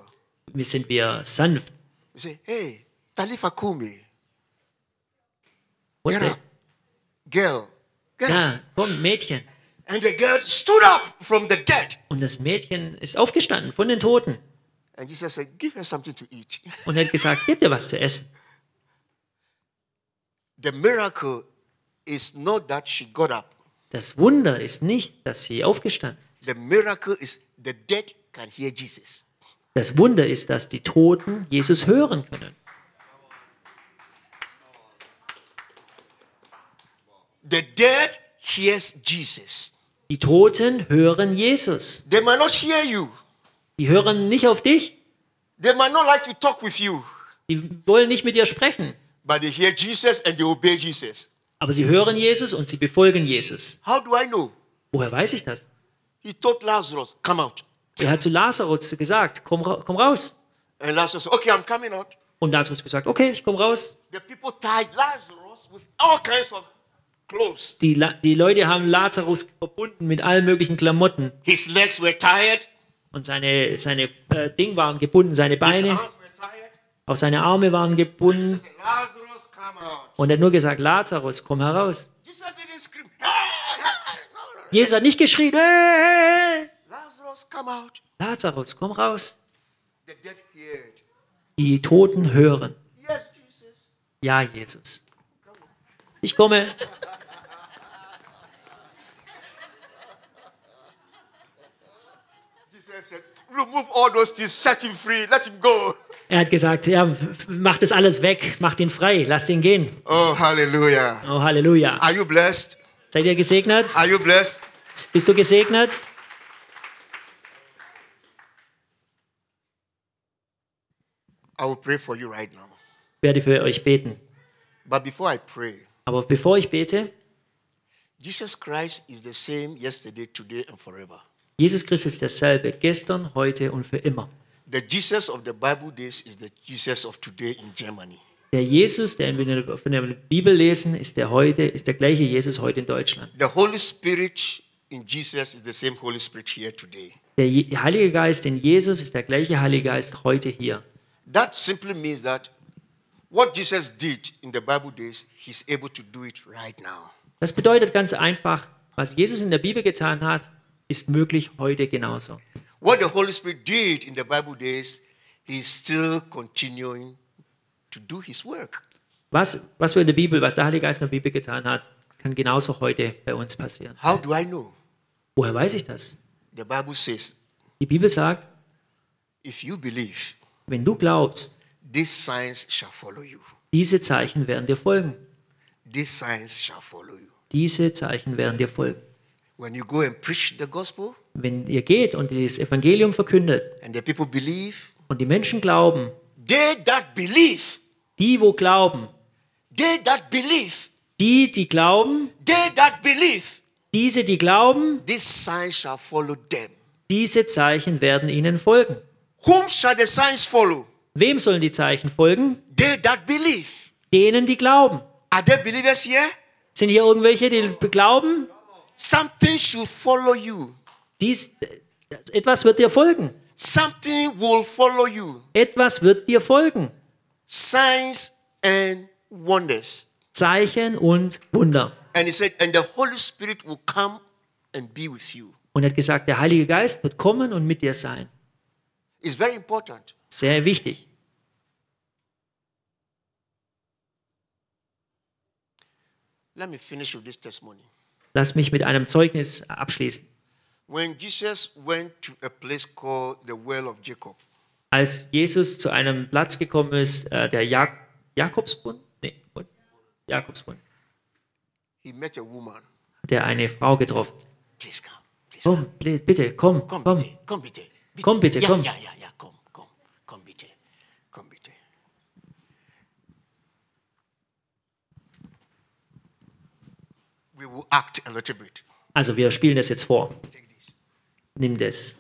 Speaker 3: wir- sind wir sanft.
Speaker 2: You say, hey, Talifa Kumi,
Speaker 3: What
Speaker 2: get
Speaker 3: the-
Speaker 2: up. Girl, get up.
Speaker 3: Ja, komm, Mädchen.
Speaker 2: And the girl stood up from the dead.
Speaker 3: Und das Mädchen ist aufgestanden von den Toten
Speaker 2: And Jesus said, give her something to eat.
Speaker 3: und hat gesagt, gib dir was zu essen.
Speaker 2: The miracle is not that she got up.
Speaker 3: Das Wunder ist nicht, dass sie aufgestanden ist.
Speaker 2: The miracle is the dead can hear Jesus.
Speaker 3: Das Wunder ist, dass die Toten Jesus hören können.
Speaker 2: The dead hears Jesus.
Speaker 3: Die Toten hören Jesus.
Speaker 2: They might not hear you.
Speaker 3: Die hören nicht auf dich.
Speaker 2: They might not like to talk with you,
Speaker 3: Die wollen nicht mit dir sprechen.
Speaker 2: but they hear Jesus and they obey Jesus.
Speaker 3: Aber sie hören Jesus und sie befolgen Jesus.
Speaker 2: How do I know?
Speaker 3: Woher weiß ich das?
Speaker 2: He told Lazarus, come out.
Speaker 3: Er hat zu Lazarus gesagt, komm, ra- komm raus.
Speaker 2: And Lazarus said, okay, I'm coming out.
Speaker 3: Und Lazarus gesagt, okay, ich komm raus.
Speaker 2: The people tied Lazarus with all kinds of clothes.
Speaker 3: Die, La die Leute haben Lazarus verbunden mit allen möglichen Klamotten.
Speaker 2: His legs were tired.
Speaker 3: Und seine, seine äh, Ding waren gebunden, seine
Speaker 2: His
Speaker 3: Beine,
Speaker 2: arms were tired.
Speaker 3: auch seine Arme waren
Speaker 2: Jesus
Speaker 3: gebunden.
Speaker 2: said, Lazarus, come out.
Speaker 3: Und er hat nur gesagt, Lazarus, komm heraus.
Speaker 2: Jesus didn't scream. "Hey, hey." No, no,
Speaker 3: Jesus hat nicht geschrien, hey, hey, hey.
Speaker 2: no. Lazarus, come out.
Speaker 3: Lazarus, komm raus.
Speaker 2: The dead heard.
Speaker 3: Die Toten hören.
Speaker 2: Yes, Jesus.
Speaker 3: Ja, Jesus. Ich komme.
Speaker 2: Jesus said, remove all those things, set him free, let him go.
Speaker 3: Er hat gesagt, ja, mach das alles weg, mach ihn frei, lass ihn gehen.
Speaker 2: Oh, hallelujah.
Speaker 3: Oh, Halleluja.
Speaker 2: Are you blessed?
Speaker 3: Seid ihr gesegnet?
Speaker 2: Are you blessed?
Speaker 3: Bist du gesegnet?
Speaker 2: I will pray for you right now.
Speaker 3: Werde für euch beten.
Speaker 2: But before I pray,
Speaker 3: Aber bevor ich bete,
Speaker 2: Jesus Christ is the same yesterday, today, and forever.
Speaker 3: Jesus Christus ist derselbe, gestern, heute und für immer.
Speaker 2: The Jesus of the Bible days is the Jesus of today in Germany.
Speaker 3: Der Jesus, der wir von der Bibel lesen, ist der heute, ist der gleiche Jesus heute in Deutschland.
Speaker 2: The Holy Spirit in Jesus is the same Holy Spirit here today.
Speaker 3: Der Je- Heilige Geist in Jesus ist der gleiche Heilige Geist heute hier.
Speaker 2: That simply means that what Jesus did in the Bible days, he's able to do it right now.
Speaker 3: Das bedeutet ganz einfach, was Jesus in der Bibel getan hat, ist möglich heute genauso.
Speaker 2: What the Holy Spirit did in the Bible days, he's still continuing to do his work.
Speaker 3: Was, was wir in der Bibel, was der Heilige Geist in der Bibel getan hat, kann genauso heute bei uns passieren.
Speaker 2: How do I know?
Speaker 3: Woher weiß ich das?
Speaker 2: The Bible says,
Speaker 3: Die Bibel sagt,
Speaker 2: if you believe,
Speaker 3: wenn du glaubst,
Speaker 2: these signs shall follow you.
Speaker 3: diese Zeichen werden dir folgen.
Speaker 2: These signs shall follow you.
Speaker 3: Diese Zeichen werden dir folgen.
Speaker 2: When you go and preach the gospel
Speaker 3: Wenn ihr geht und das Evangelium verkündet
Speaker 2: and the people believe,
Speaker 3: und die Menschen glauben,
Speaker 2: they that believe,
Speaker 3: die, wo glauben,
Speaker 2: they that believe,
Speaker 3: die, die glauben,
Speaker 2: they that believe,
Speaker 3: diese, die glauben,
Speaker 2: these signs shall follow them.
Speaker 3: diese Zeichen werden ihnen folgen.
Speaker 2: Whom shall the signs follow?
Speaker 3: Wem sollen die Zeichen folgen?
Speaker 2: They that believe.
Speaker 3: Denen, die glauben.
Speaker 2: Are there believers here?
Speaker 3: Sind hier irgendwelche, die glauben?
Speaker 2: Something should follow you.
Speaker 3: Dies, etwas wird dir folgen.
Speaker 2: Something will follow you.
Speaker 3: Etwas wird dir folgen.
Speaker 2: Signs and wonders.
Speaker 3: Zeichen und Wunder.
Speaker 2: And he said, and the Holy Spirit will come and be with you.
Speaker 3: und hat gesagt, der Heilige Geist wird kommen und mit dir sein.
Speaker 2: It's very important.
Speaker 3: Sehr wichtig.
Speaker 2: Let me finish with this testimony.
Speaker 3: Lass mich mit einem Zeugnis abschließen.
Speaker 2: When Jesus went to a place called the Well of Jacob,
Speaker 3: Als Jesus zu einem Platz gekommen ist, äh, der Jak Jakobsbund, nee, was? Jakobsbund,
Speaker 2: he met a woman.
Speaker 3: hat er eine Frau getroffen.
Speaker 2: Please come. Please come.
Speaker 3: Komm, bl- bitte, komm,
Speaker 2: Come,
Speaker 3: komm.
Speaker 2: bitte. Come, bitte. bitte.
Speaker 3: Komm, bitte,
Speaker 2: ja,
Speaker 3: komm.
Speaker 2: Ja, ja, ja, komm, komm. Komm, bitte. Komm, bitte. We will act a little bit.
Speaker 3: Also wir spielen das jetzt vor. Nimm das.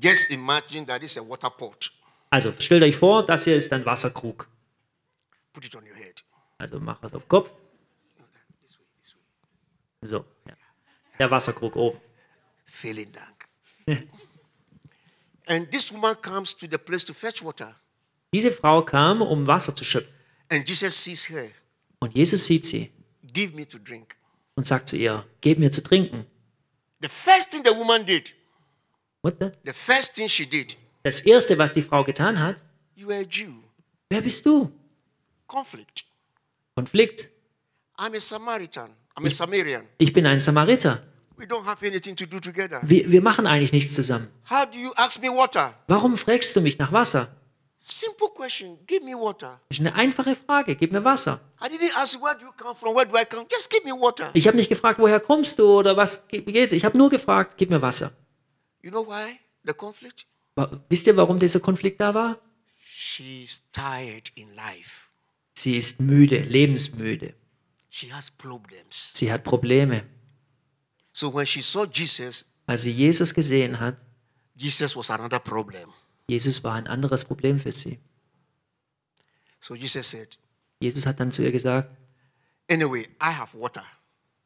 Speaker 2: Just imagine that it's a water pot.
Speaker 3: Also stellt euch vor, das hier ist ein Wasserkrug.
Speaker 2: Put it on your head.
Speaker 3: Also mach was auf den Kopf. So, ja. der Wasserkrug oben.
Speaker 2: Vielen Dank. and this woman comes to the place to fetch water.
Speaker 3: Diese Frau kam, um Wasser zu schöpfen.
Speaker 2: And Jesus sees her.
Speaker 3: Und Jesus sieht sie
Speaker 2: Give me to drink.
Speaker 3: und sagt zu ihr, gib mir zu trinken.
Speaker 2: The first thing the woman did,
Speaker 3: What the?
Speaker 2: the first thing she did,
Speaker 3: Das Erste, was die Frau getan hat,
Speaker 2: you are a Jew.
Speaker 3: wer bist du?
Speaker 2: Conflict.
Speaker 3: Konflikt.
Speaker 2: I'm a Samaritan. I'm a Samarian.
Speaker 3: Ich bin ein Samariter.
Speaker 2: We don't have anything to do together.
Speaker 3: Wir, wir machen eigentlich nichts zusammen.
Speaker 2: How do you ask me water?
Speaker 3: Warum fragst du mich nach Wasser?
Speaker 2: Simple question. Give me water.
Speaker 3: Das ist eine einfache Frage. Gib mir Wasser.
Speaker 2: I didn't ask you where do you come from, where do I come? Just give me water.
Speaker 3: Ich habe nicht gefragt, woher kommst du oder was ge- geht. Ich habe nur gefragt, gib mir Wasser.
Speaker 2: You know why? The conflict?
Speaker 3: Wa- Wisst ihr, warum dieser Konflikt da war?
Speaker 2: She's tired in life.
Speaker 3: Sie ist müde, lebensmüde.
Speaker 2: She has problems.
Speaker 3: Sie hat Probleme.
Speaker 2: So when she saw Jesus,
Speaker 3: Als sie Jesus gesehen hat,
Speaker 2: Jesus was another problem.
Speaker 3: Jesus war ein anderes Problem für sie.
Speaker 2: So Jesus said,
Speaker 3: Jesus hat dann zu ihr gesagt,
Speaker 2: Anyway, I have water.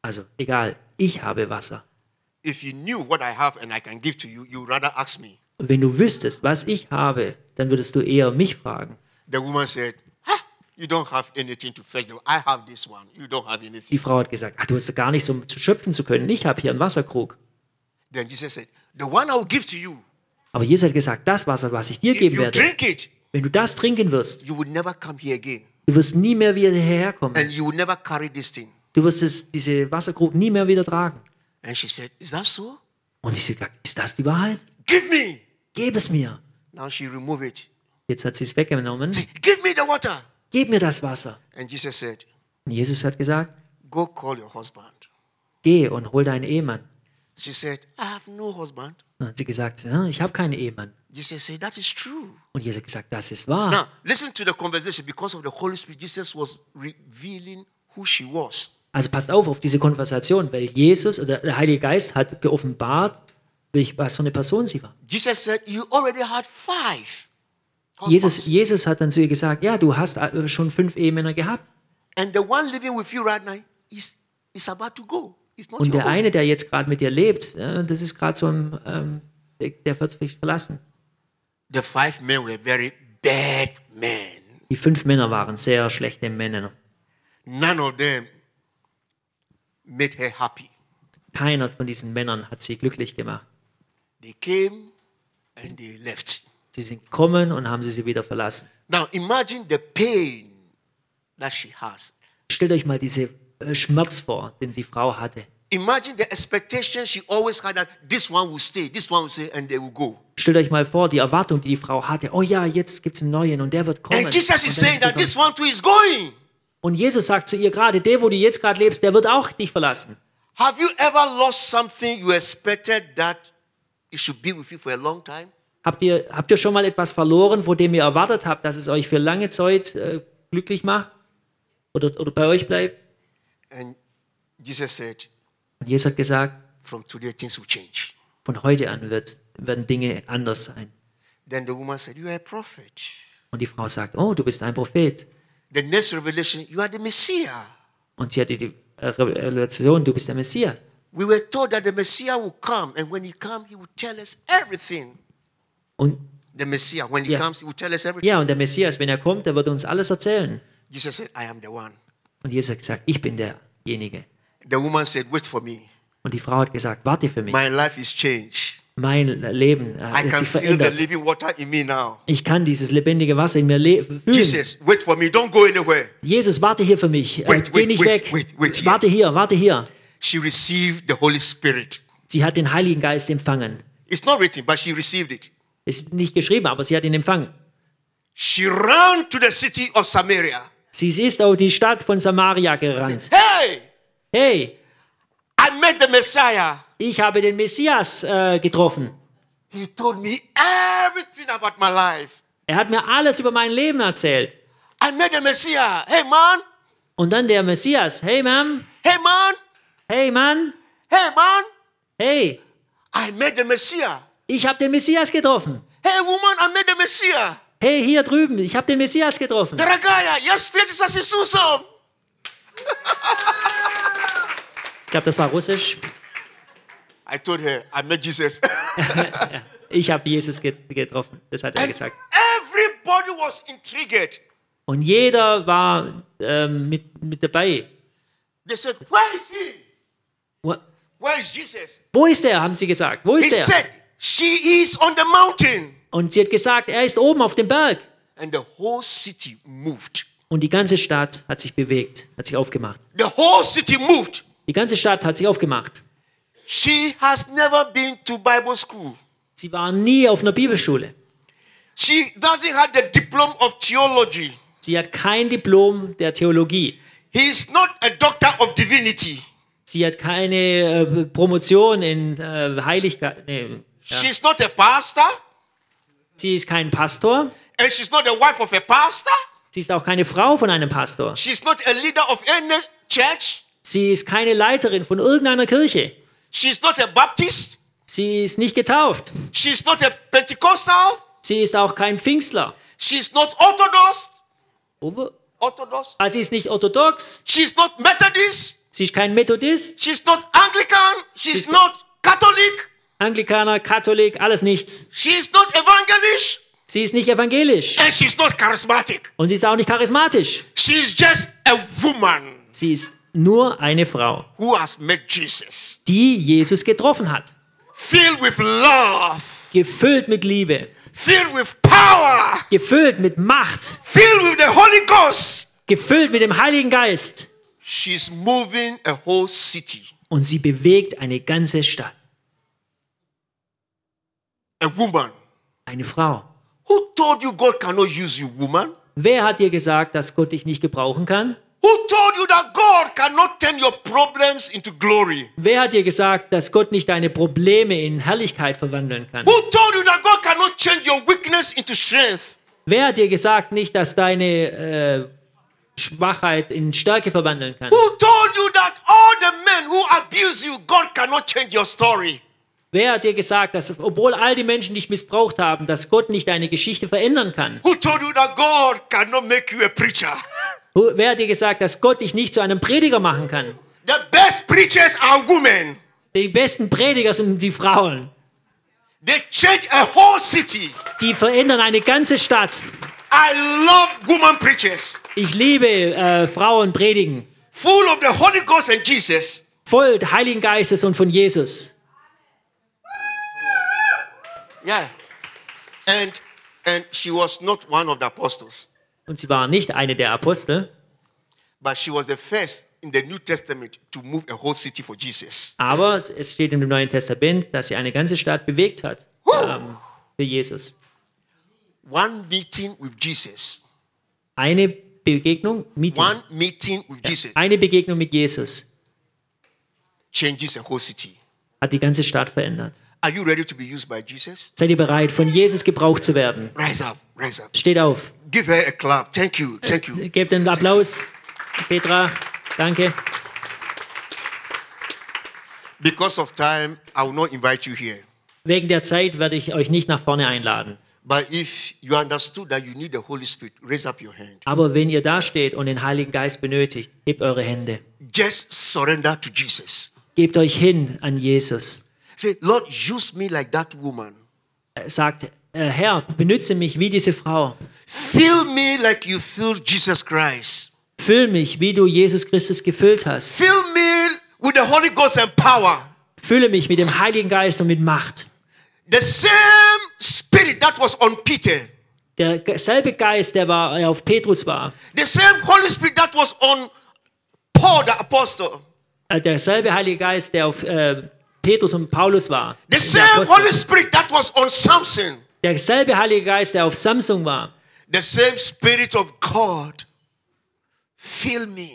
Speaker 3: also egal, ich habe Wasser.
Speaker 2: If you knew what I have and I can give to you, you'd rather ask me.
Speaker 3: Und wenn du wüsstest, was ich habe, dann würdest du eher mich fragen.
Speaker 2: The woman said, "Ha, You don't have anything to fetch. I have this one. You don't have anything.
Speaker 3: Die Frau hat gesagt, ah, du hast gar nichts, um zu schöpfen zu können. Ich habe hier einen Wasserkrug.
Speaker 2: Then Jesus said, The one I'll give to you,
Speaker 3: Aber Jesus hat gesagt, das Wasser, was ich dir
Speaker 2: if
Speaker 3: geben
Speaker 2: you
Speaker 3: werde,
Speaker 2: drink it,
Speaker 3: wenn du das trinken wirst,
Speaker 2: you will never come here again.
Speaker 3: du wirst nie mehr wieder hierher kommen.
Speaker 2: And you will never carry this thing.
Speaker 3: Du wirst es, diese Wasserkrug nie mehr wieder tragen.
Speaker 2: And she said, Is that so?
Speaker 3: Und ich habe gesagt, ist das die Wahrheit?
Speaker 2: Give me.
Speaker 3: Gib es mir.
Speaker 2: Now she removed it.
Speaker 3: Jetzt hat sie es weggenommen.
Speaker 2: Say, Give me the water.
Speaker 3: Gib mir das Wasser.
Speaker 2: And Jesus said,
Speaker 3: Und Jesus hat gesagt,
Speaker 2: Go call your husband.
Speaker 3: geh und hol deinen Ehemann.
Speaker 2: She said, I have no husband.
Speaker 3: Dann hat sie gesagt, "Ja, ich habe keinen Ehemann.
Speaker 2: Jesus said, That is true.
Speaker 3: Und Jesus hat gesagt, das ist wahr.
Speaker 2: Now, listen to the conversation because of the Holy Spirit. Jesus was revealing who she was.
Speaker 3: Also passt auf auf diese Konversation, weil Jesus oder der Heilige Geist hat geoffenbart, welch- was für eine Person sie war.
Speaker 2: Jesus said, You already had five. husbands,
Speaker 3: Jesus, Jesus hat dann zu ihr gesagt, ja, du hast äh, schon fünf Ehemänner gehabt.
Speaker 2: And the one living with you right now is, is about to go. It's not
Speaker 3: Und
Speaker 2: your
Speaker 3: der
Speaker 2: own.
Speaker 3: eine, der jetzt gerade mit dir lebt, äh, das ist gerade so ein, ähm, der- der wird vielleicht verlassen.
Speaker 2: The five men were very bad men.
Speaker 3: Die fünf Männer waren sehr schlechte Männer.
Speaker 2: None of them made her happy.
Speaker 3: Keiner von diesen Männern hat sie glücklich gemacht.
Speaker 2: They came and they left.
Speaker 3: Sie sind gekommen und haben sie sie wieder verlassen.
Speaker 2: Now imagine the pain that she has.
Speaker 3: Stellt euch mal diese äh, Schmerz vor, den die Frau hatte.
Speaker 2: Imagine the expectation she always had that this one will stay, this one will stay, and they will go.
Speaker 3: Stellt euch mal vor, die Erwartung, die die Frau hatte. Oh ja, jetzt gibt's einen neuen und der wird kommen.
Speaker 2: And Jesus is
Speaker 3: Und dann
Speaker 2: saying that
Speaker 3: wird er
Speaker 2: this one too is going.
Speaker 3: kommen. und Jesus sagt zu ihr gerade, der, wo du jetzt gerade lebst, der wird auch dich verlassen.
Speaker 2: Have you ever lost something you expected that it should be with you for a long time?
Speaker 3: Habt ihr, habt ihr schon mal etwas verloren, von dem ihr erwartet habt, dass es euch für lange Zeit äh, glücklich macht oder, oder bei euch bleibt?
Speaker 2: And Jesus said,
Speaker 3: Und Jesus hat gesagt,
Speaker 2: From today things will change.
Speaker 3: von heute an wird, werden Dinge anders sein.
Speaker 2: Then the woman said, You are a prophet.
Speaker 3: Und die Frau sagt, oh, du bist ein Prophet.
Speaker 2: The next revelation, you are the Messiah.
Speaker 3: Und sie hatte die äh, Revelation, du bist der Messias.
Speaker 2: We were told that the Messiah will come, and when he comes, he will tell us everything.
Speaker 3: Und
Speaker 2: The Messiah, when he
Speaker 3: Yeah.
Speaker 2: comes, he will tell us everything.
Speaker 3: ja, und der Messias, wenn er kommt, der wird uns alles erzählen.
Speaker 2: Jesus said, I am the one.
Speaker 3: Und Jesus hat gesagt, ich bin derjenige.
Speaker 2: The woman said, Wait for me.
Speaker 3: Und die Frau hat gesagt, warte für mich.
Speaker 2: My life is changed.
Speaker 3: Mein Leben äh,
Speaker 2: I
Speaker 3: hat
Speaker 2: can
Speaker 3: sich
Speaker 2: feel the
Speaker 3: verändert.
Speaker 2: living water in me now.
Speaker 3: Ich kann dieses lebendige Wasser in mir le- fühlen.
Speaker 2: Jesus, wait for me. Don't go anywhere.
Speaker 3: Jesus, warte hier für mich. Äh,
Speaker 2: Wait,
Speaker 3: Geh
Speaker 2: wait,
Speaker 3: nicht
Speaker 2: wait,
Speaker 3: weg.
Speaker 2: wait, wait here.
Speaker 3: Warte hier, warte hier.
Speaker 2: She received the Holy Spirit.
Speaker 3: Sie hat den Heiligen Geist empfangen.
Speaker 2: It's not written, but she received it.
Speaker 3: Ist nicht geschrieben, aber sie hat ihn empfangen.
Speaker 2: She ran to the city of Samaria.
Speaker 3: Sie ist auf die Stadt von Samaria gerannt.
Speaker 2: Hey,
Speaker 3: Hey,
Speaker 2: I met the Messiah.
Speaker 3: ich habe den Messias äh, getroffen.
Speaker 2: He told me everything about my life.
Speaker 3: Er hat mir alles über mein Leben erzählt.
Speaker 2: I met the Messiah. Hey, man.
Speaker 3: Und dann der Messias. Hey, Ma'am.
Speaker 2: Hey, man.
Speaker 3: Hey, Mann.
Speaker 2: Hey, man.
Speaker 3: Hey,
Speaker 2: I met the Messiah.
Speaker 3: ich habe den Messias getroffen.
Speaker 2: Hey, woman. I met the Messiah.
Speaker 3: Hey, hier drüben. Ich habe den Messias getroffen.
Speaker 2: Dragaya, я встретился с Иисусом.
Speaker 3: Ich glaube, das war Russisch.
Speaker 2: I told her, I met Jesus.
Speaker 3: Ich habe Jesus get- getroffen. Das hat er
Speaker 2: And
Speaker 3: gesagt.
Speaker 2: everybody was intrigued.
Speaker 3: Und jeder war ähm, mit, mit dabei.
Speaker 2: They said, where is he?
Speaker 3: Wo-
Speaker 2: Where is Jesus?
Speaker 3: Wo ist er? Haben sie gesagt. Wo
Speaker 2: He
Speaker 3: ist er?
Speaker 2: said, she is on the mountain.
Speaker 3: Und sie hat gesagt, er ist oben auf dem Berg.
Speaker 2: and the whole city moved.
Speaker 3: Und die ganze Stadt hat sich bewegt, hat sich aufgemacht.
Speaker 2: The whole city moved.
Speaker 3: Die ganze Stadt hat sich aufgemacht.
Speaker 2: She has never been to Bible school.
Speaker 3: Sie waren nie auf einer Bibelschule.
Speaker 2: She doesn't have the diploma of theology.
Speaker 3: Sie hat kein Diplom der Theologie.
Speaker 2: He is not a doctor of divinity.
Speaker 3: Sie hat keine äh, Promotion in äh, Heiligkeit. Nee.
Speaker 2: She is not a pastor,
Speaker 3: Sie ist kein Pastor.
Speaker 2: and she's not the wife of a pastor.
Speaker 3: Sie ist auch keine Frau von einem Pastor.
Speaker 2: She's not a leader of any church.
Speaker 3: Sie ist keine Leiterin von irgendeiner Kirche.
Speaker 2: She's not a Baptist.
Speaker 3: Sie ist nicht getauft.
Speaker 2: She's not a Pentecostal.
Speaker 3: Sie ist auch kein Pfingstler.
Speaker 2: She's not Orthodox.
Speaker 3: Ober-
Speaker 2: Orthodox.
Speaker 3: Ah, Sie ist nicht orthodox.
Speaker 2: She's not Methodist.
Speaker 3: Sie ist kein Methodist,
Speaker 2: She's not Anglican. She's
Speaker 3: She's-
Speaker 2: not Catholic.
Speaker 3: Anglikaner, Katholik, alles nichts.
Speaker 2: She's not evangelist.
Speaker 3: Sie ist nicht evangelisch.
Speaker 2: And she's not charismatic.
Speaker 3: Und sie ist auch nicht charismatisch.
Speaker 2: She's just a woman
Speaker 3: Sie ist nur eine Frau,
Speaker 2: who has met Jesus,
Speaker 3: die Jesus getroffen hat.
Speaker 2: filled with love,
Speaker 3: Gefüllt mit Liebe,
Speaker 2: filled with power,
Speaker 3: gefüllt mit Macht,
Speaker 2: filled with the Holy Ghost.
Speaker 3: gefüllt mit dem Heiligen Geist.
Speaker 2: She's moving a whole city.
Speaker 3: Und sie bewegt eine ganze Stadt.
Speaker 2: A woman.
Speaker 3: Eine Frau.
Speaker 2: Who told you God cannot use you, woman?
Speaker 3: Wer hat dir gesagt, dass Gott dich nicht gebrauchen kann?
Speaker 2: Who told you that God cannot turn your problems into glory?
Speaker 3: Wer hat dir gesagt, dass Gott nicht deine Probleme in Herrlichkeit verwandeln kann?
Speaker 2: Who told you that God cannot change your weakness into strength?
Speaker 3: Wer hat dir gesagt, nicht, dass deine äh, Schwachheit in Stärke verwandeln kann?
Speaker 2: Who told you that all the men who abuse you, God cannot change your story?
Speaker 3: Wer hat dir gesagt, dass obwohl all die Menschen dich missbraucht haben, dass Gott nicht deine Geschichte verändern kann?
Speaker 2: Who told you that God cannot make you a preacher?
Speaker 3: Hu- Wer hat dir gesagt, dass Gott dich nicht zu einem Prediger machen kann?
Speaker 2: The best preachers are women.
Speaker 3: Die besten Prediger sind die Frauen.
Speaker 2: They change a whole city.
Speaker 3: Die verändern eine ganze Stadt.
Speaker 2: I love woman preachers,
Speaker 3: Ich liebe äh, Frauen predigen.
Speaker 2: full of the Holy Ghost and Jesus.
Speaker 3: Voll des Heiligen Geistes und von Jesus.
Speaker 2: Yeah. And and she was not one of the apostles,
Speaker 3: Und sie waren nicht eine der Apostel,
Speaker 2: but she was the first in the New Testament to move a whole city for Jesus.
Speaker 3: aber es steht im Neuen Testament, dass sie eine ganze Stadt bewegt hat ähm, für Jesus.
Speaker 2: One meeting with Jesus.
Speaker 3: Eine Begegnung mit
Speaker 2: One meeting with Jesus
Speaker 3: eine Begegnung mit Jesus
Speaker 2: changes a whole city.
Speaker 3: hat die ganze Stadt verändert.
Speaker 2: Are you ready to be used by Jesus?
Speaker 3: Seid ihr bereit, von Jesus gebraucht zu werden?
Speaker 2: Rise up, rise up.
Speaker 3: Steht auf.
Speaker 2: Give her a clap. Thank you, thank you.
Speaker 3: Gebt einen Applaus. Petra, danke.
Speaker 2: Because of time, I will not invite you here.
Speaker 3: Wegen der Zeit werde ich euch nicht nach vorne einladen.
Speaker 2: But if you understood that you need the Holy Spirit, raise up your hand.
Speaker 3: Aber wenn ihr da steht und den Heiligen Geist benötigt, hebt eure Hände.
Speaker 2: Just surrender to Jesus.
Speaker 3: Gebt euch hin an Jesus.
Speaker 2: Say, Lord, use me like that woman.
Speaker 3: Äh, Sagt, äh, Herr, benütze mich wie diese Frau.
Speaker 2: Fill me like you filled Jesus Christ.
Speaker 3: Füll mich, wie du Jesus Christus gefüllt hast.
Speaker 2: Fill me with the Holy Ghost and power.
Speaker 3: Fülle mich mit dem Heiligen Geist und mit Macht.
Speaker 2: The same spirit that was on Peter,
Speaker 3: Der selbe Geist, der war, der auf Petrus war,
Speaker 2: the same Holy Spirit that was on Paul the apostle,
Speaker 3: äh, derselbe Heilige Geist, der auf äh, Petrus und Paulus war,
Speaker 2: the
Speaker 3: der
Speaker 2: same
Speaker 3: Apostel.
Speaker 2: Holy Spirit that was on Samson,
Speaker 3: derselbe Heilige Geist, der auf Samsung war,
Speaker 2: the same Spirit of God. Fill me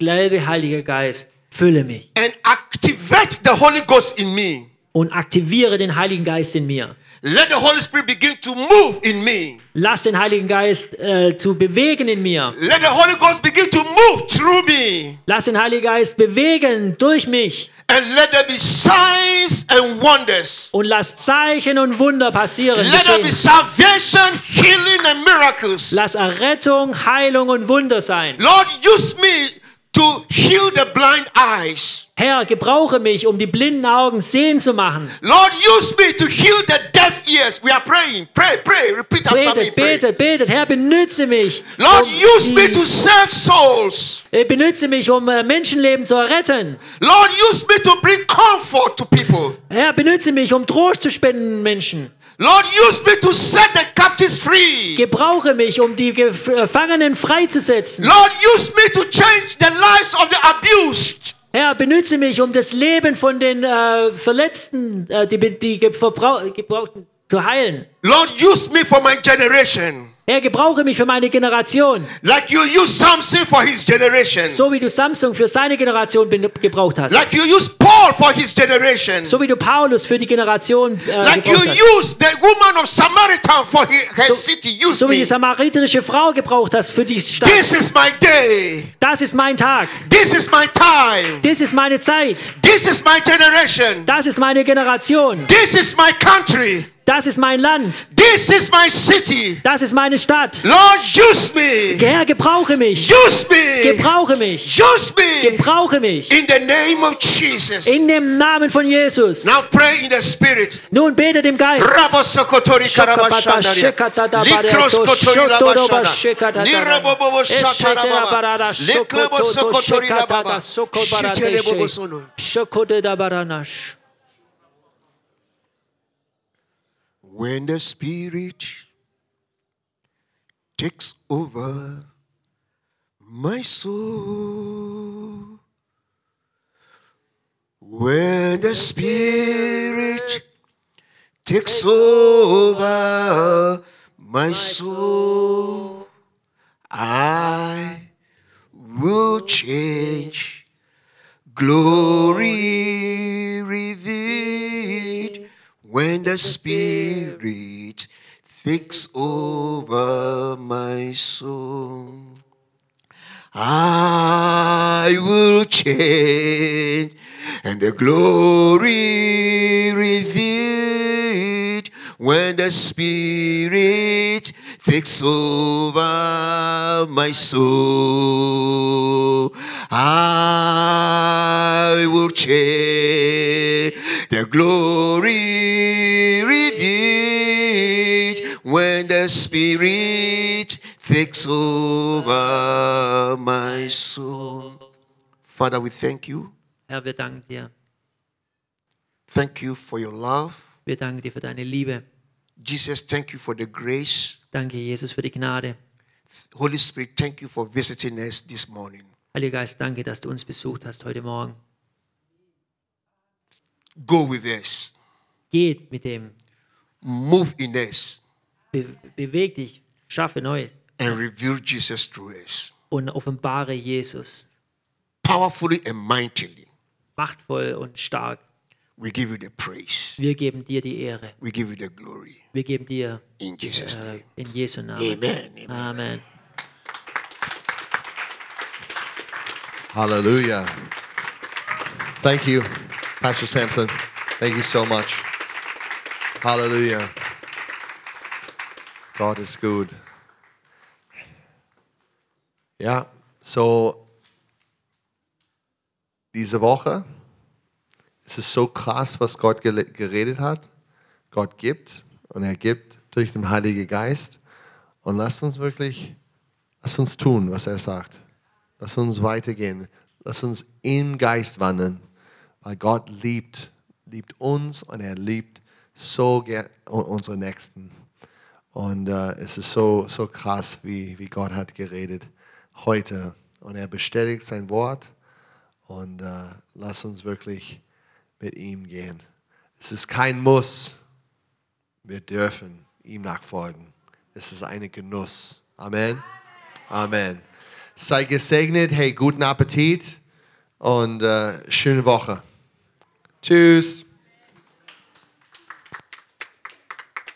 Speaker 3: derselbe Heilige Geist, fülle mich
Speaker 2: and activate the Holy Ghost in me.
Speaker 3: und aktiviere den Heiligen Geist in mir.
Speaker 2: Let the Holy Spirit begin to move in me.
Speaker 3: Lass den Heiligen Geist äh, zu bewegen in mir.
Speaker 2: Let the Holy Ghost begin to move through me.
Speaker 3: Lass den Heiligen Geist bewegen durch mich
Speaker 2: And let there be signs and wonders.
Speaker 3: und lass Zeichen und Wunder passieren.
Speaker 2: Let there be
Speaker 3: Geschehen.
Speaker 2: salvation, healing, and miracles.
Speaker 3: Lass Errettung, Heilung und Wunder sein.
Speaker 2: Lord, use me to heal the blind eyes.
Speaker 3: Herr, gebrauche mich, um die blinden Augen sehen zu machen.
Speaker 2: Lord, use me to heal the deaf ears. We are praying. Pray, pray. Repeat after me.
Speaker 3: Betet,
Speaker 2: Pray.
Speaker 3: betet, betet. Herr, benütze mich.
Speaker 2: Lord,
Speaker 3: um
Speaker 2: use me
Speaker 3: die-
Speaker 2: to save souls.
Speaker 3: äh, benütze mich, um äh, Menschenleben zu erretten.
Speaker 2: Lord, use me to bring comfort to people.
Speaker 3: Herr, benütze mich, um Trost zu spenden Menschen.
Speaker 2: Lord, use me to set the captives free.
Speaker 3: Gebrauche mich, um die Gef- Gefangenen freizusetzen.
Speaker 2: Lord, use me to change the lives of the abused.
Speaker 3: Herr, benütze mich, um das Leben von den äh, Verletzten, äh, die, die ge- verbrau- Gebrauchten zu heilen.
Speaker 2: Lord, use me for my generation.
Speaker 3: Herr, gebrauche mich für meine Generation,
Speaker 2: Like you used Samson for his generation.
Speaker 3: so wie du Samsung für seine Generation ben- gebraucht hast.
Speaker 2: like you used Paul for his generation.
Speaker 3: So wie du Paulus für die Generation äh,
Speaker 2: like you
Speaker 3: gebraucht hast.
Speaker 2: used the woman of Samaritan for her, her
Speaker 3: So-
Speaker 2: city. Use
Speaker 3: So wie
Speaker 2: me.
Speaker 3: die samariterische Frau gebraucht hast für die Stadt.
Speaker 2: This is my day.
Speaker 3: Das ist mein Tag.
Speaker 2: This is my time.
Speaker 3: Das ist meine Zeit.
Speaker 2: This is my generation.
Speaker 3: Das ist meine Generation.
Speaker 2: This is my country.
Speaker 3: Das ist mein Land.
Speaker 2: This is my city.
Speaker 3: Das ist meine Stadt.
Speaker 2: Lord, use me.
Speaker 3: Herr, gebrauche mich.
Speaker 2: Use me.
Speaker 3: Gebrauche mich.
Speaker 2: Use me.
Speaker 3: Gebrauche mich.
Speaker 2: In the name of Jesus.
Speaker 3: In dem Namen von Jesus.
Speaker 2: Now pray in the spirit.
Speaker 3: Nun bete dem Geist.
Speaker 2: Rabo sokotori karabashandaria. Likros kotori labashana. Lirabobobo shakarababa. Leklebo sokotori lababa. Shitelebobo sono. When the spirit takes over my soul. When the spirit takes over my soul, I will change. Glory revealed when the Spirit takes over my soul. I will change, and the glory revealed when the Spirit takes over my soul. I will change, the glory revealed when the Spirit takes over my soul. Father, we thank you.
Speaker 3: Herr, wir danken dir.
Speaker 2: Thank you for your love.
Speaker 3: Wir danken dir für deine Liebe.
Speaker 2: Jesus, thank you for the grace.
Speaker 3: Danke, Jesus, für die Gnade.
Speaker 2: Holy Spirit, thank you for visiting us this morning.
Speaker 3: Heiliger Geist, danke, dass du uns besucht hast heute Morgen.
Speaker 2: Go with us.
Speaker 3: Geht mit dem.
Speaker 2: Move in us
Speaker 3: Be beweg dich. Schaffe Neues.
Speaker 2: and reveal Jesus through us
Speaker 3: Und offenbare Jesus.
Speaker 2: powerfully and mightily.
Speaker 3: Machtvoll und stark.
Speaker 2: We give you the praise.
Speaker 3: Wir geben dir die Ehre.
Speaker 2: We give you the glory.
Speaker 3: Wir geben dir
Speaker 2: In Jesus'
Speaker 3: äh,
Speaker 2: name.
Speaker 3: in Jesu Namen.
Speaker 2: Amen. Amen.
Speaker 3: Amen.
Speaker 1: Hallelujah. Thank you, Pastor Sampson. Thank you so much. Hallelujah. God is good. Ja, so diese Woche es ist so krass, was Gott gele- geredet hat. Gott gibt und er gibt durch den Heiligen Geist. Und lasst uns wirklich Lass uns tun, was er sagt. Lass uns weitergehen. Lass uns im Geist wandeln. Weil Gott liebt, liebt uns und er liebt so gern u- unsere Nächsten. Und äh, es ist so, so krass, wie, wie Gott hat geredet heute. Und er bestätigt sein Wort und äh, lass uns wirklich mit ihm gehen. Es ist kein Muss. Wir dürfen ihm nachfolgen. Es ist ein Genuss. Amen. Amen. Sei gesegnet. Hey, guten Appetit und äh, schöne Woche. Tschüss.